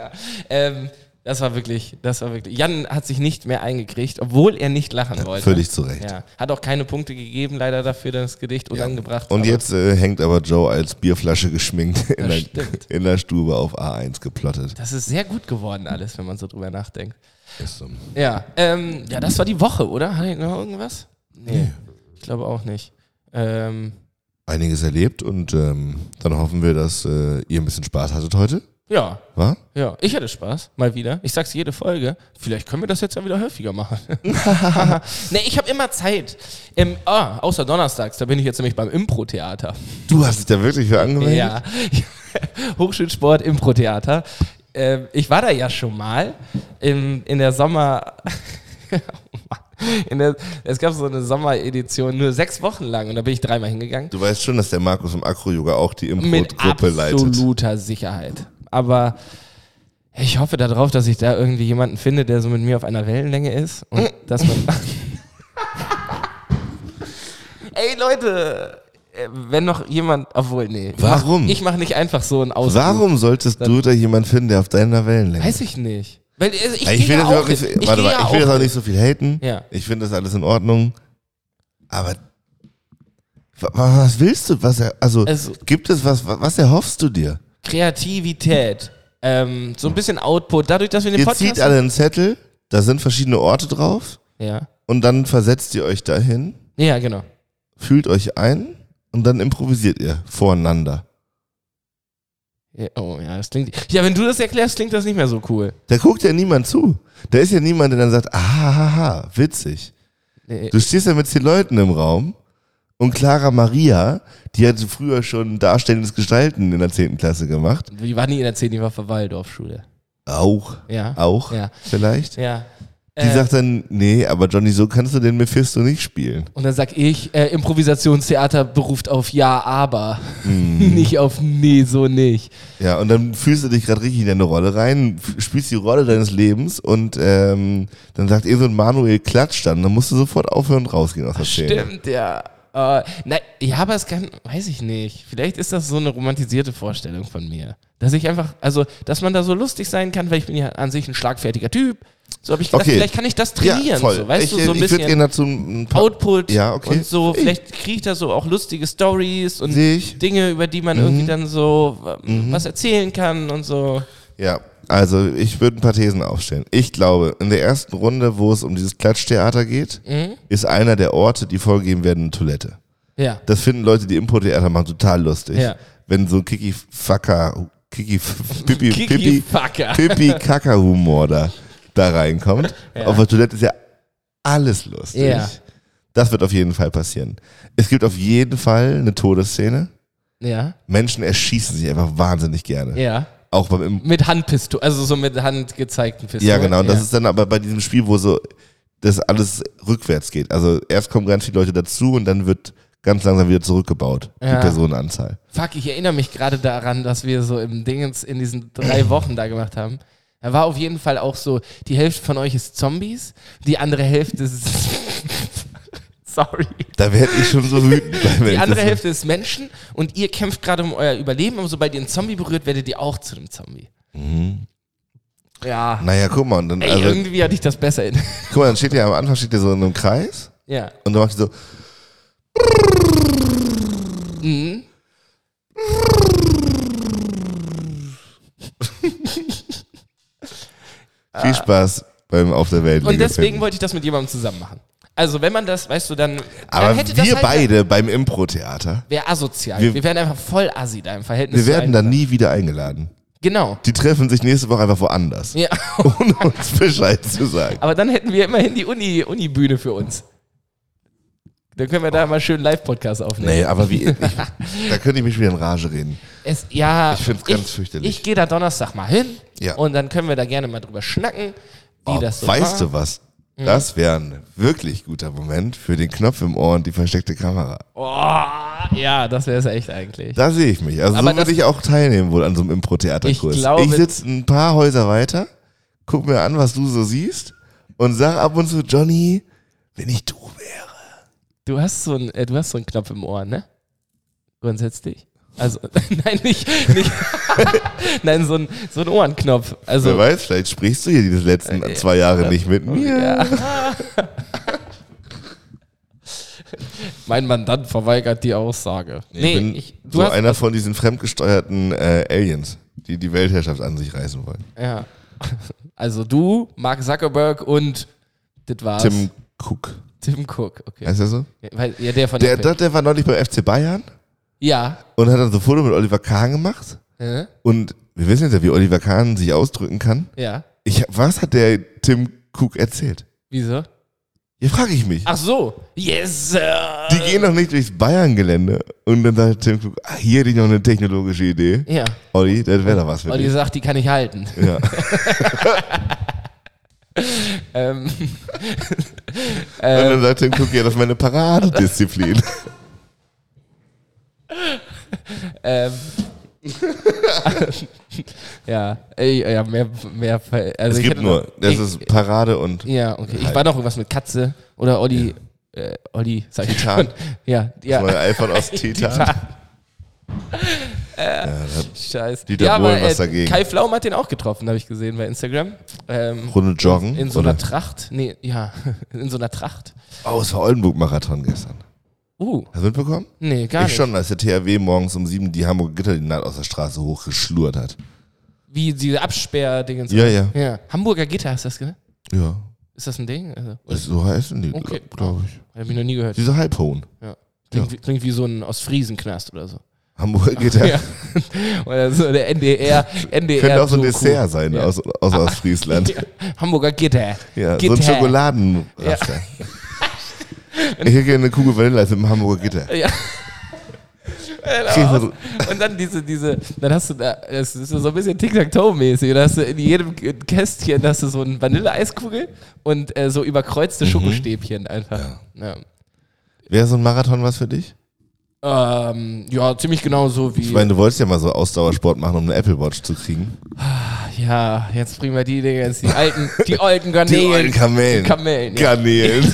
S1: ähm, das war wirklich, das war wirklich. Jan hat sich nicht mehr eingekriegt, obwohl er nicht lachen wollte.
S3: Völlig zu Recht.
S1: Ja, hat auch keine Punkte gegeben, leider dafür das Gedicht unangebracht.
S3: Und
S1: aber-
S3: jetzt äh, hängt aber Joe als Bierflasche geschminkt in,
S1: Das
S3: der,
S1: stimmt.
S3: in der Stube auf A1 geplottet.
S1: Das ist sehr gut geworden, alles, wenn man so drüber nachdenkt.
S3: Ist so.
S1: Ja, ähm, ja, das war die Woche, oder? Hatte ich noch irgendwas? Nee. Ich glaube auch nicht. Ähm,
S3: Einiges erlebt und ähm, dann hoffen wir, dass äh, ihr ein bisschen Spaß hattet heute.
S1: ja,
S3: War?
S1: ja. Ich hatte Spaß, mal wieder. Ich sag's jede Folge. Vielleicht können wir das jetzt ja wieder häufiger machen. nee, ich habe immer Zeit. Ähm, ah, außer donnerstags, da bin ich jetzt nämlich beim Impro-Theater.
S3: Du hast dich da wirklich für angemeldet?
S1: Ja, Hochschulsport, Impro-Theater. Ähm, ich war da ja schon mal in, in der Sommer. Oh Mann. in der, es gab so eine Sommeredition, nur sechs Wochen lang, und da bin ich dreimal hingegangen.
S3: Du weißt schon, dass der Markus vom Akro-Yoga auch die
S1: Mit
S3: Impro-Gruppe leitet.
S1: absoluter Sicherheit. Aber ich hoffe darauf, dass ich da irgendwie jemanden finde, der so mit mir auf einer Wellenlänge ist und
S3: Mm.
S1: dass man. Ey Leute, äh, wenn noch jemand, obwohl nee. ich mach-
S3: Warum?
S1: Ich mache nicht einfach so einen Ausflug.
S3: Warum solltest du da jemanden finden, der auf deiner Wellenlänge
S1: Weiß ich nicht. Weil, also ich,
S3: Ja, ich
S1: geh
S3: will
S1: ja
S3: das
S1: auch
S3: wirklich,
S1: hin.
S3: warte
S1: geh
S3: mal,
S1: ja
S3: ich will das auch
S1: hin.
S3: nicht so viel haten.
S1: Ja.
S3: Ich finde das alles in Ordnung. Aber Wa- wa- Was willst du? Was er, also,
S1: Also-
S3: gibt es was, wa- was erhoffst du dir?
S1: Kreativität. Ähm, so ein bisschen Output. Dadurch, dass wir den
S3: Ihr
S1: Podcast.
S3: zieht alle einen Zettel, da sind verschiedene Orte drauf
S1: ja.
S3: und dann versetzt ihr euch dahin,
S1: ja, genau.
S3: fühlt euch ein und dann improvisiert ihr voreinander.
S1: Ja, oh ja, das klingt. Ja, wenn du das erklärst, klingt das nicht mehr so cool.
S3: Da guckt ja niemand zu. Da ist ja niemand, der dann sagt, ahaha, witzig.
S1: Nee,
S3: Du stehst ja mit zehn Leuten im Raum und Clara Maria, die hat früher schon darstellendes Gestalten in der 10. Klasse gemacht.
S1: Die war nie in der 10, die war auf Waldorfschule.
S3: Auch.
S1: Ja.
S3: Auch.
S1: Ja.
S3: Vielleicht.
S1: Ja.
S3: Die
S1: Äh,
S3: sagt dann, nee, aber Johnny, so kannst du den Mephisto nicht spielen.
S1: und dann sag ich, äh, Improvisationstheater beruft auf Ja, aber.
S3: Mhm.
S1: nicht auf Nee, so nicht.
S3: Ja, und dann fühlst du dich gerade richtig in deine Rolle rein, f- spielst die Rolle deines Lebens und ähm, dann sagt ihr so ein Manuel Klatsch dann, dann musst du sofort aufhören und rausgehen aus der Szene.
S1: Stimmt, ja. Äh, na, ja, aber es kann, weiß ich nicht. Vielleicht ist das so eine romantisierte Vorstellung von mir. Dass ich einfach, also, dass man da so lustig sein kann, weil ich bin ja an sich ein schlagfertiger Typ. So habe ich gedacht,
S3: Okay.
S1: vielleicht kann ich das trainieren.
S3: ja, voll.
S1: So, weißt
S3: ich
S1: du, so ein
S3: ich würde
S1: bisschen
S3: gerne dazu ein paar
S1: Output
S3: Ja, okay.
S1: und so.
S3: Ich-
S1: Vielleicht kriege ich da so auch lustige Stories und
S3: Sehe ich.
S1: Dinge, über die man
S3: Mhm.
S1: irgendwie dann so äh, was erzählen kann und so.
S3: Ja, also ich würde ein paar Thesen aufstellen. Ich glaube, in der ersten Runde, wo es um dieses Klatschtheater geht,
S1: Mhm.
S3: ist einer der Orte, die vorgegeben werden, eine Toilette.
S1: Ja.
S3: Das finden Leute, die Impro-Theater machen, total lustig.
S1: Ja.
S3: Wenn so ein Kiki-Fucker, Kiki, Pipi, Pipi,
S1: Kiki-Fucker.
S3: Pipi-Kaka-Humor da, da reinkommt. Auf der Toilette ist ja alles lustig.
S1: Ja.
S3: Das wird auf jeden Fall passieren. Es gibt auf jeden Fall eine Todesszene.
S1: Ja.
S3: Menschen erschießen sich einfach wahnsinnig gerne.
S1: Ja.
S3: Auch beim Im
S1: Mit Handpistole, also so mit Hand gezeigten Pistolen.
S3: Ja, genau. Und das ist dann aber bei diesem Spiel, wo so das alles rückwärts geht. Also erst kommen ganz viele Leute dazu und dann wird ganz langsam wieder zurückgebaut,
S1: Ja.
S3: die Personenanzahl.
S1: Fuck, ich erinnere mich gerade daran, dass wir so im Dingens in diesen drei Wochen da gemacht haben. Da war auf jeden Fall auch so, die Hälfte von euch ist Zombies, die andere Hälfte ist. Sorry.
S3: Da werde ich schon so wütend. bei, wenn
S1: Die
S3: ich
S1: andere
S3: das-
S1: Hälfte ist Menschen und ihr kämpft gerade um euer Überleben, aber sobald ihr einen Zombie berührt, werdet ihr auch zu einem Zombie. Ja.
S3: Naja, guck mal, und dann,
S1: Mhm. Ey,
S3: also,
S1: irgendwie hatte ich das besser in.
S3: guck mal, dann steht ja am Anfang steht der so in einem Kreis
S1: ja.
S3: und dann macht die so,
S1: Mhm.
S3: viel Spaß beim Auf der Welt.
S1: Und
S3: Liga
S1: deswegen
S3: finden.
S1: wollte ich das mit jemandem zusammen machen. Also, wenn man das, weißt du, dann. dann
S3: Aber
S1: hätte das
S3: wir
S1: halt
S3: beide beim Impro-Theater,
S1: Wäre asozial. Wir,
S3: Wir-
S1: wären einfach voll assi da im Verhältnis.
S3: wir
S1: zu
S3: werden
S1: allen
S3: dann
S1: anderen.
S3: nie wieder eingeladen.
S1: Genau.
S3: Die treffen sich nächste Woche einfach woanders,
S1: Ja.
S3: ohne uns Bescheid zu sagen.
S1: Aber dann hätten wir immerhin die Uni, Uni-Bühne für uns. Dann können wir da mal schön Live-Podcast aufnehmen.
S3: Nee, aber wie, ich, da könnte ich mich wieder in Rage reden.
S1: Es, ja,
S3: Ich find's ganz fürchterlich.
S1: Ich gehe da Donnerstag mal hin
S3: Ja.
S1: und dann können wir da gerne mal drüber schnacken, wie
S3: Oh,
S1: das so
S3: weißt
S1: war.
S3: du was? Das wäre ein wirklich guter Moment für den Knopf im Ohr und die versteckte Kamera.
S1: Oh, ja, das wäre es echt eigentlich.
S3: Da sehe ich mich. Also
S1: Aber
S3: so würde
S1: das-
S3: ich auch teilnehmen wohl an so einem Impro-Theaterkurs.
S1: Ich glaube-
S3: ich sitze ein paar Häuser weiter, guck mir an, was du so siehst und sag ab und zu, Johnny, wenn ich du wäre.
S1: Du hast so einen, äh, du hast so einen Knopf im Ohr, ne? Grundsätzlich. Also, nein, nicht, nicht nein, so ein, so ein Ohrenknopf.
S3: Wer
S1: Also,
S3: weiß, vielleicht sprichst du hier die letzten
S1: Äh,
S3: zwei Jahre nicht mit mir.
S1: mein Mandant verweigert die Aussage. Nee,
S3: ich bin
S1: ich, du
S3: so
S1: hast,
S3: einer von diesen fremdgesteuerten äh, Aliens, die die Weltherrschaft an sich reißen wollen.
S1: ja. Also du, Mark Zuckerberg und das war's.
S3: Tim Cook.
S1: Tim Cook, okay.
S3: Heißt er so?
S1: Weil- ja, der von
S3: Also Der,
S1: Apple.
S3: der, der war neulich beim FC Bayern
S1: Ja.
S3: und hat dann so ein Foto mit Oliver Kahn gemacht.
S1: Äh?
S3: Und wir wissen jetzt ja, wie Oliver Kahn sich ausdrücken kann.
S1: Ja.
S3: Ich, was hat der Tim Cook erzählt?
S1: Wieso?
S3: Hier frage ich mich.
S1: Ach so. Yes, sir.
S3: Die gehen doch nicht durchs Bayern-Gelände. Und dann sagt Tim Cook, ah, hier hätte ich noch eine technologische Idee.
S1: Ja.
S3: Olli, das wäre doch was für
S1: Und die
S3: dich.
S1: sagt, die kann ich halten.
S3: Ja.
S1: Ähm, äh,
S3: Und dann sagt Tim Cook, ja, das ist meine Paradedisziplin.
S1: Also ähm. ja, ey, ja, mehr, mehr, also
S3: es
S1: ich
S3: gibt
S1: hätte
S3: nur,
S1: noch-
S3: das
S1: ich,
S3: ist Halt. Parade und
S1: Ja, okay. Ich war noch irgendwas mit Katze oder Olli. Äh, Olli, sag ich
S3: Titan.
S1: schon. Ja, ja.
S3: neue iPhone aus Titan.
S1: Scheiße.
S3: Dieter
S1: ja, äh,
S3: Bohlen was dagegen.
S1: Kai Flaum hat den auch getroffen, habe ich gesehen bei Instagram. Ähm,
S3: Runde joggen.
S1: in so
S3: oder?
S1: einer Tracht. Nee, ja, in so einer Tracht.
S3: Oh, es war Oldenburg-Marathon gestern.
S1: Uh,
S3: Hast du mitbekommen?
S1: nee, gar
S3: ich
S1: nicht.
S3: schon, als der THW morgens um sieben die Hamburger Gitterlinat aus der Straße hochgeschlurrt hat.
S1: Wie diese Absperrdingens.
S3: Ja, ja.
S1: ja. Hamburger Gitter ist das, ne?
S3: Ja.
S1: Ist das ein Ding? Also,
S3: So heißen die,
S1: Okay.
S3: glaube ich.
S1: habe ich noch nie gehört.
S3: Diese Halbhohen.
S1: Klingt, wie- klingt wie so ein aus Friesenknast oder so.
S3: Hamburger Gitter.
S1: Ja. Oder so der NDR. NDR
S3: Könnte auch so ein
S1: Doku.
S3: Dessert sein
S1: Ja.
S3: aus, aus Ostfriesland.
S1: Ja. Hamburger Gitter.
S3: Ja, so
S1: Gitter.
S3: ein Schokoladenraster. ich hätte gerne eine Kugel Vanilleeis mit einem Hamburger Gitter.
S1: Ja.
S3: Kriegst du so-
S1: Genau. Und dann diese, diese, dann hast du da, das ist so ein bisschen Tic-Tac-Toe-mäßig. Da hast du in jedem Kästchen hast du so eine Vanilleeiskugel und äh, so
S3: Mhm.
S1: überkreuzte Schokostäbchen einfach. Ja.
S3: Wäre so ein Marathon was für dich?
S1: Ja. Ähm, ja, ziemlich genau so wie.
S3: Ich meine, du wolltest ja mal so Ausdauersport machen, um eine Apple Watch zu kriegen.
S1: ja, jetzt bringen wir die Dinge, jetzt die alten, die alten
S3: Die
S1: Garnelen.
S3: alten Kamelen.
S1: Kamelen, ja.
S3: Garnelen.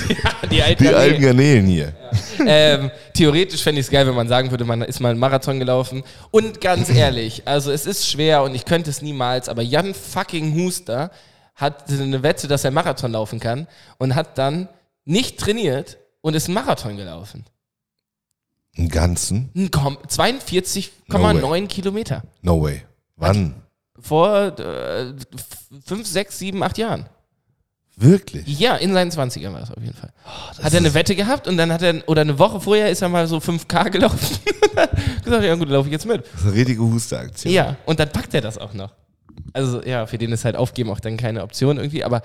S1: die alten
S3: Die
S1: Garnelen.
S3: alten Garnelen hier.
S1: ähm, theoretisch fände ich es geil, wenn man sagen würde, man ist mal einen Marathon gelaufen. Und ganz ehrlich, also es ist schwer und ich könnte es niemals, aber Jan fucking Huster hatte eine Wette, dass er Marathon laufen kann und hat dann nicht trainiert und ist einen Marathon gelaufen.
S3: Im Ganzen?
S1: Ein Kom- 42,9 Kilometer.
S3: No way. Wann?
S1: Vor äh, 5, 6, 7, 8 Jahren.
S3: Wirklich?
S1: Ja, in seinen 20ern war das auf jeden Fall.
S3: Oh,
S1: hat er eine Wette gehabt und dann hat er, oder eine Woche vorher ist er mal so 5K gelaufen. gesagt, ja gut, laufe ich jetzt mit.
S3: Das ist eine richtige Husteraktion.
S1: Ja, und dann packt er das auch noch. Also ja, für den ist halt aufgeben auch dann keine Option irgendwie, aber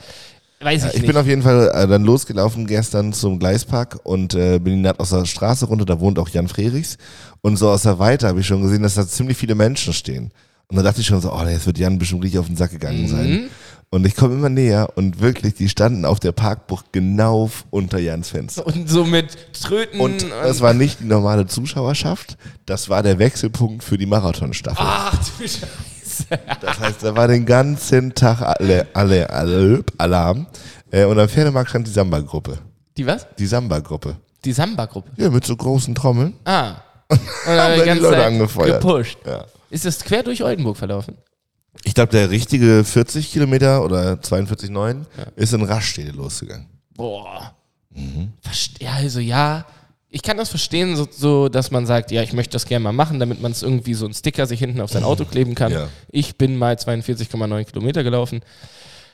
S1: weiß ich,
S3: Ich
S1: nicht.
S3: bin auf jeden Fall äh, dann losgelaufen gestern zum Gleispark und äh, bin dann aus der Straße runter, da wohnt auch Jan Frerichs. Und so aus der Weite habe ich schon gesehen, dass da ziemlich viele Menschen stehen. Und da dachte ich schon so, oh, jetzt wird Jan bestimmt richtig auf den Sack gegangen sein. Und ich komme immer näher und wirklich, die standen auf der Parkbucht genau f- unter Jans Fenster.
S1: und so mit Tröten
S3: Und äh, das war nicht die normale Zuschauerschaft, das war der Wechselpunkt für die Marathonstaffel.
S1: Ach du Scheiße.
S3: Das heißt, da war den ganzen Tag alle, alle, alle Alarm. Äh, und am Pferdemarkt stand die Samba-Gruppe.
S1: Die was?
S3: Die Samba-Gruppe.
S1: Die Samba-Gruppe.
S3: Ja, mit so großen Trommeln.
S1: Ah. Und dann
S3: Haben
S1: die
S3: die
S1: ganze
S3: Leute
S1: Zeit
S3: angefeuert.
S1: Gepusht.
S3: Ja.
S1: Ist das quer durch Oldenburg verlaufen?
S3: Ich glaube, der richtige 40 Kilometer oder 42,9 ist in Raststede losgegangen.
S1: Boah.
S3: Mhm.
S1: Verste ja, also ja. Ich kann das verstehen, so, so, dass man sagt, ja, ich möchte das gerne mal machen, damit man es irgendwie so einen Sticker sich hinten auf sein Auto kleben kann.
S3: Mhm. Ja.
S1: Ich bin mal 42,9 Kilometer gelaufen.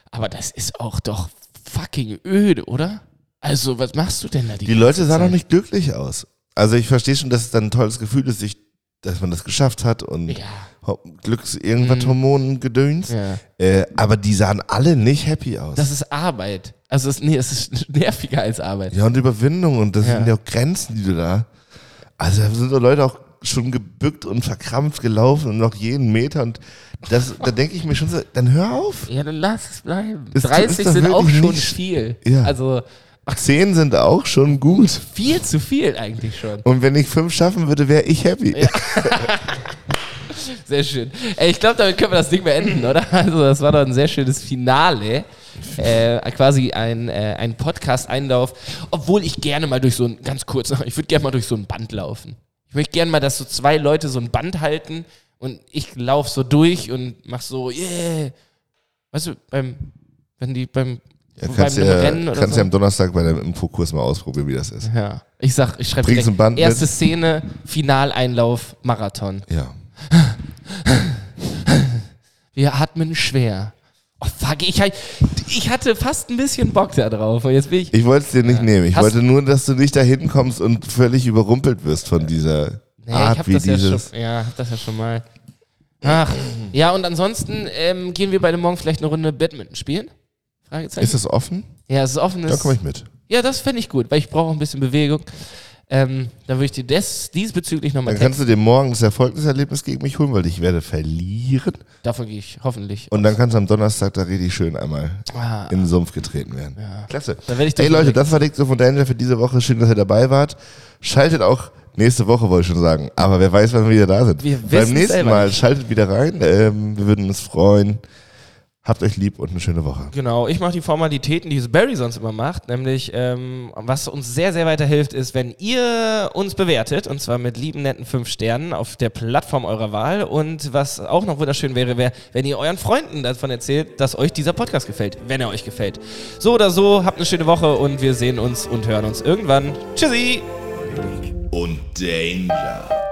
S1: Aber das ist auch doch fucking öde, oder? Also, was machst du denn da?
S3: Die Leute sahen auch nicht glücklich aus. Also ich verstehe schon, dass es dann ein tolles Gefühl ist, sich, dass man das geschafft hat und
S1: Ja. Mhm.
S3: Ho- Glücks irgendwas Hormonen gedöns.
S1: Ja.
S3: Äh, aber die sahen alle nicht happy aus.
S1: Das ist Arbeit. Also, es, nee, es ist nerviger als Arbeit.
S3: ja, und Überwindung und das
S1: Ja.
S3: sind ja auch Grenzen, die du da. Also da sind so Leute auch schon gebückt und verkrampft gelaufen und noch jeden Meter und das, da denke ich mir schon so, dann hör auf.
S1: Ja, dann lass es bleiben.
S3: Ist-
S1: 30
S3: ist doch
S1: sind auch
S3: wirklich
S1: schon
S3: nicht-
S1: viel.
S3: Ja.
S1: Also,
S3: Zehn sind auch schon gut.
S1: viel zu viel eigentlich schon.
S3: Und wenn ich fünf schaffen würde, wäre ich happy.
S1: Sehr schön. Ey, ich glaube, damit können wir das Ding beenden, oder? Also, das war doch ein sehr schönes Finale. Äh, quasi ein, äh, ein Podcast-Einlauf. Obwohl ich gerne mal durch so ein, ganz kurz noch, ich würde gerne mal durch so ein Band laufen. Ich möchte gerne mal, dass so zwei Leute so ein Band halten und ich laufe so durch und mach so, yeah. Weißt du, beim, wenn die beim,
S3: Ja, kannst
S1: beim
S3: ja,
S1: Rennen oder
S3: kannst
S1: so.
S3: ja am Donnerstag bei deinem Infokurs mal ausprobieren, wie das ist.
S1: ja. Ich sag, ich schreibe
S3: Bringst ein Band mit?
S1: erste Szene, Finaleinlauf, Marathon.
S3: Ja.
S1: Wir atmen schwer. Oh fuck, ich, ha- ich hatte fast ein bisschen Bock da drauf. Und jetzt bin ich.
S3: Ich wollte es dir nicht nehmen. Ich
S1: Hast-
S3: wollte nur, dass du nicht da hinkommst und völlig überrumpelt wirst von dieser
S1: Nee, ich
S3: Art,
S1: hab
S3: wie
S1: das ja, schon,
S3: dieses.
S1: ja, hab das ja schon mal. Ach. Ja, und ansonsten ähm, gehen wir beide morgen vielleicht eine Runde Badminton spielen? Fragezeichen.
S3: ist das offen?
S1: ja, es ist offen.
S3: Da
S1: es-
S3: komme ich mit.
S1: Ja, das fände ich gut, weil ich brauche auch ein bisschen Bewegung. Ähm, dann würde ich dir des, diesbezüglich nochmal
S3: Dann
S1: texten.
S3: kannst du dir morgen das Erfolgserlebnis gegen mich holen, weil ich werde verlieren.
S1: Davon gehe ich hoffentlich.
S3: Und dann kannst du am Donnerstag da richtig schön einmal
S1: Ah,
S3: in den Sumpf getreten werden. Klasse.
S1: Dann werd ich
S3: Ey
S1: dich
S3: Leute,
S1: direkt-
S3: das war Dixo von Danger für diese Woche. Schön, dass ihr dabei wart. Schaltet auch nächste Woche, wollte ich schon sagen. Aber wer weiß, wann wir wieder da sind.
S1: Wir
S3: Beim
S1: wissen's
S3: nächsten
S1: selber
S3: Mal
S1: nicht.
S3: schaltet wieder rein. Ähm, wir würden uns freuen. Habt euch lieb und eine schöne Woche.
S1: Genau, ich mache die Formalitäten, die Barry sonst immer macht, nämlich ähm, was uns sehr, sehr weiterhilft, ist, wenn ihr uns bewertet, und zwar mit lieben, netten fünf Sternen auf der Plattform eurer Wahl. Und was auch noch wunderschön wäre, wäre, wenn ihr euren Freunden davon erzählt, dass euch dieser Podcast gefällt, wenn er euch gefällt. So oder so, habt eine schöne Woche und wir sehen uns und hören uns irgendwann. Tschüssi!
S2: Dick, und Danger.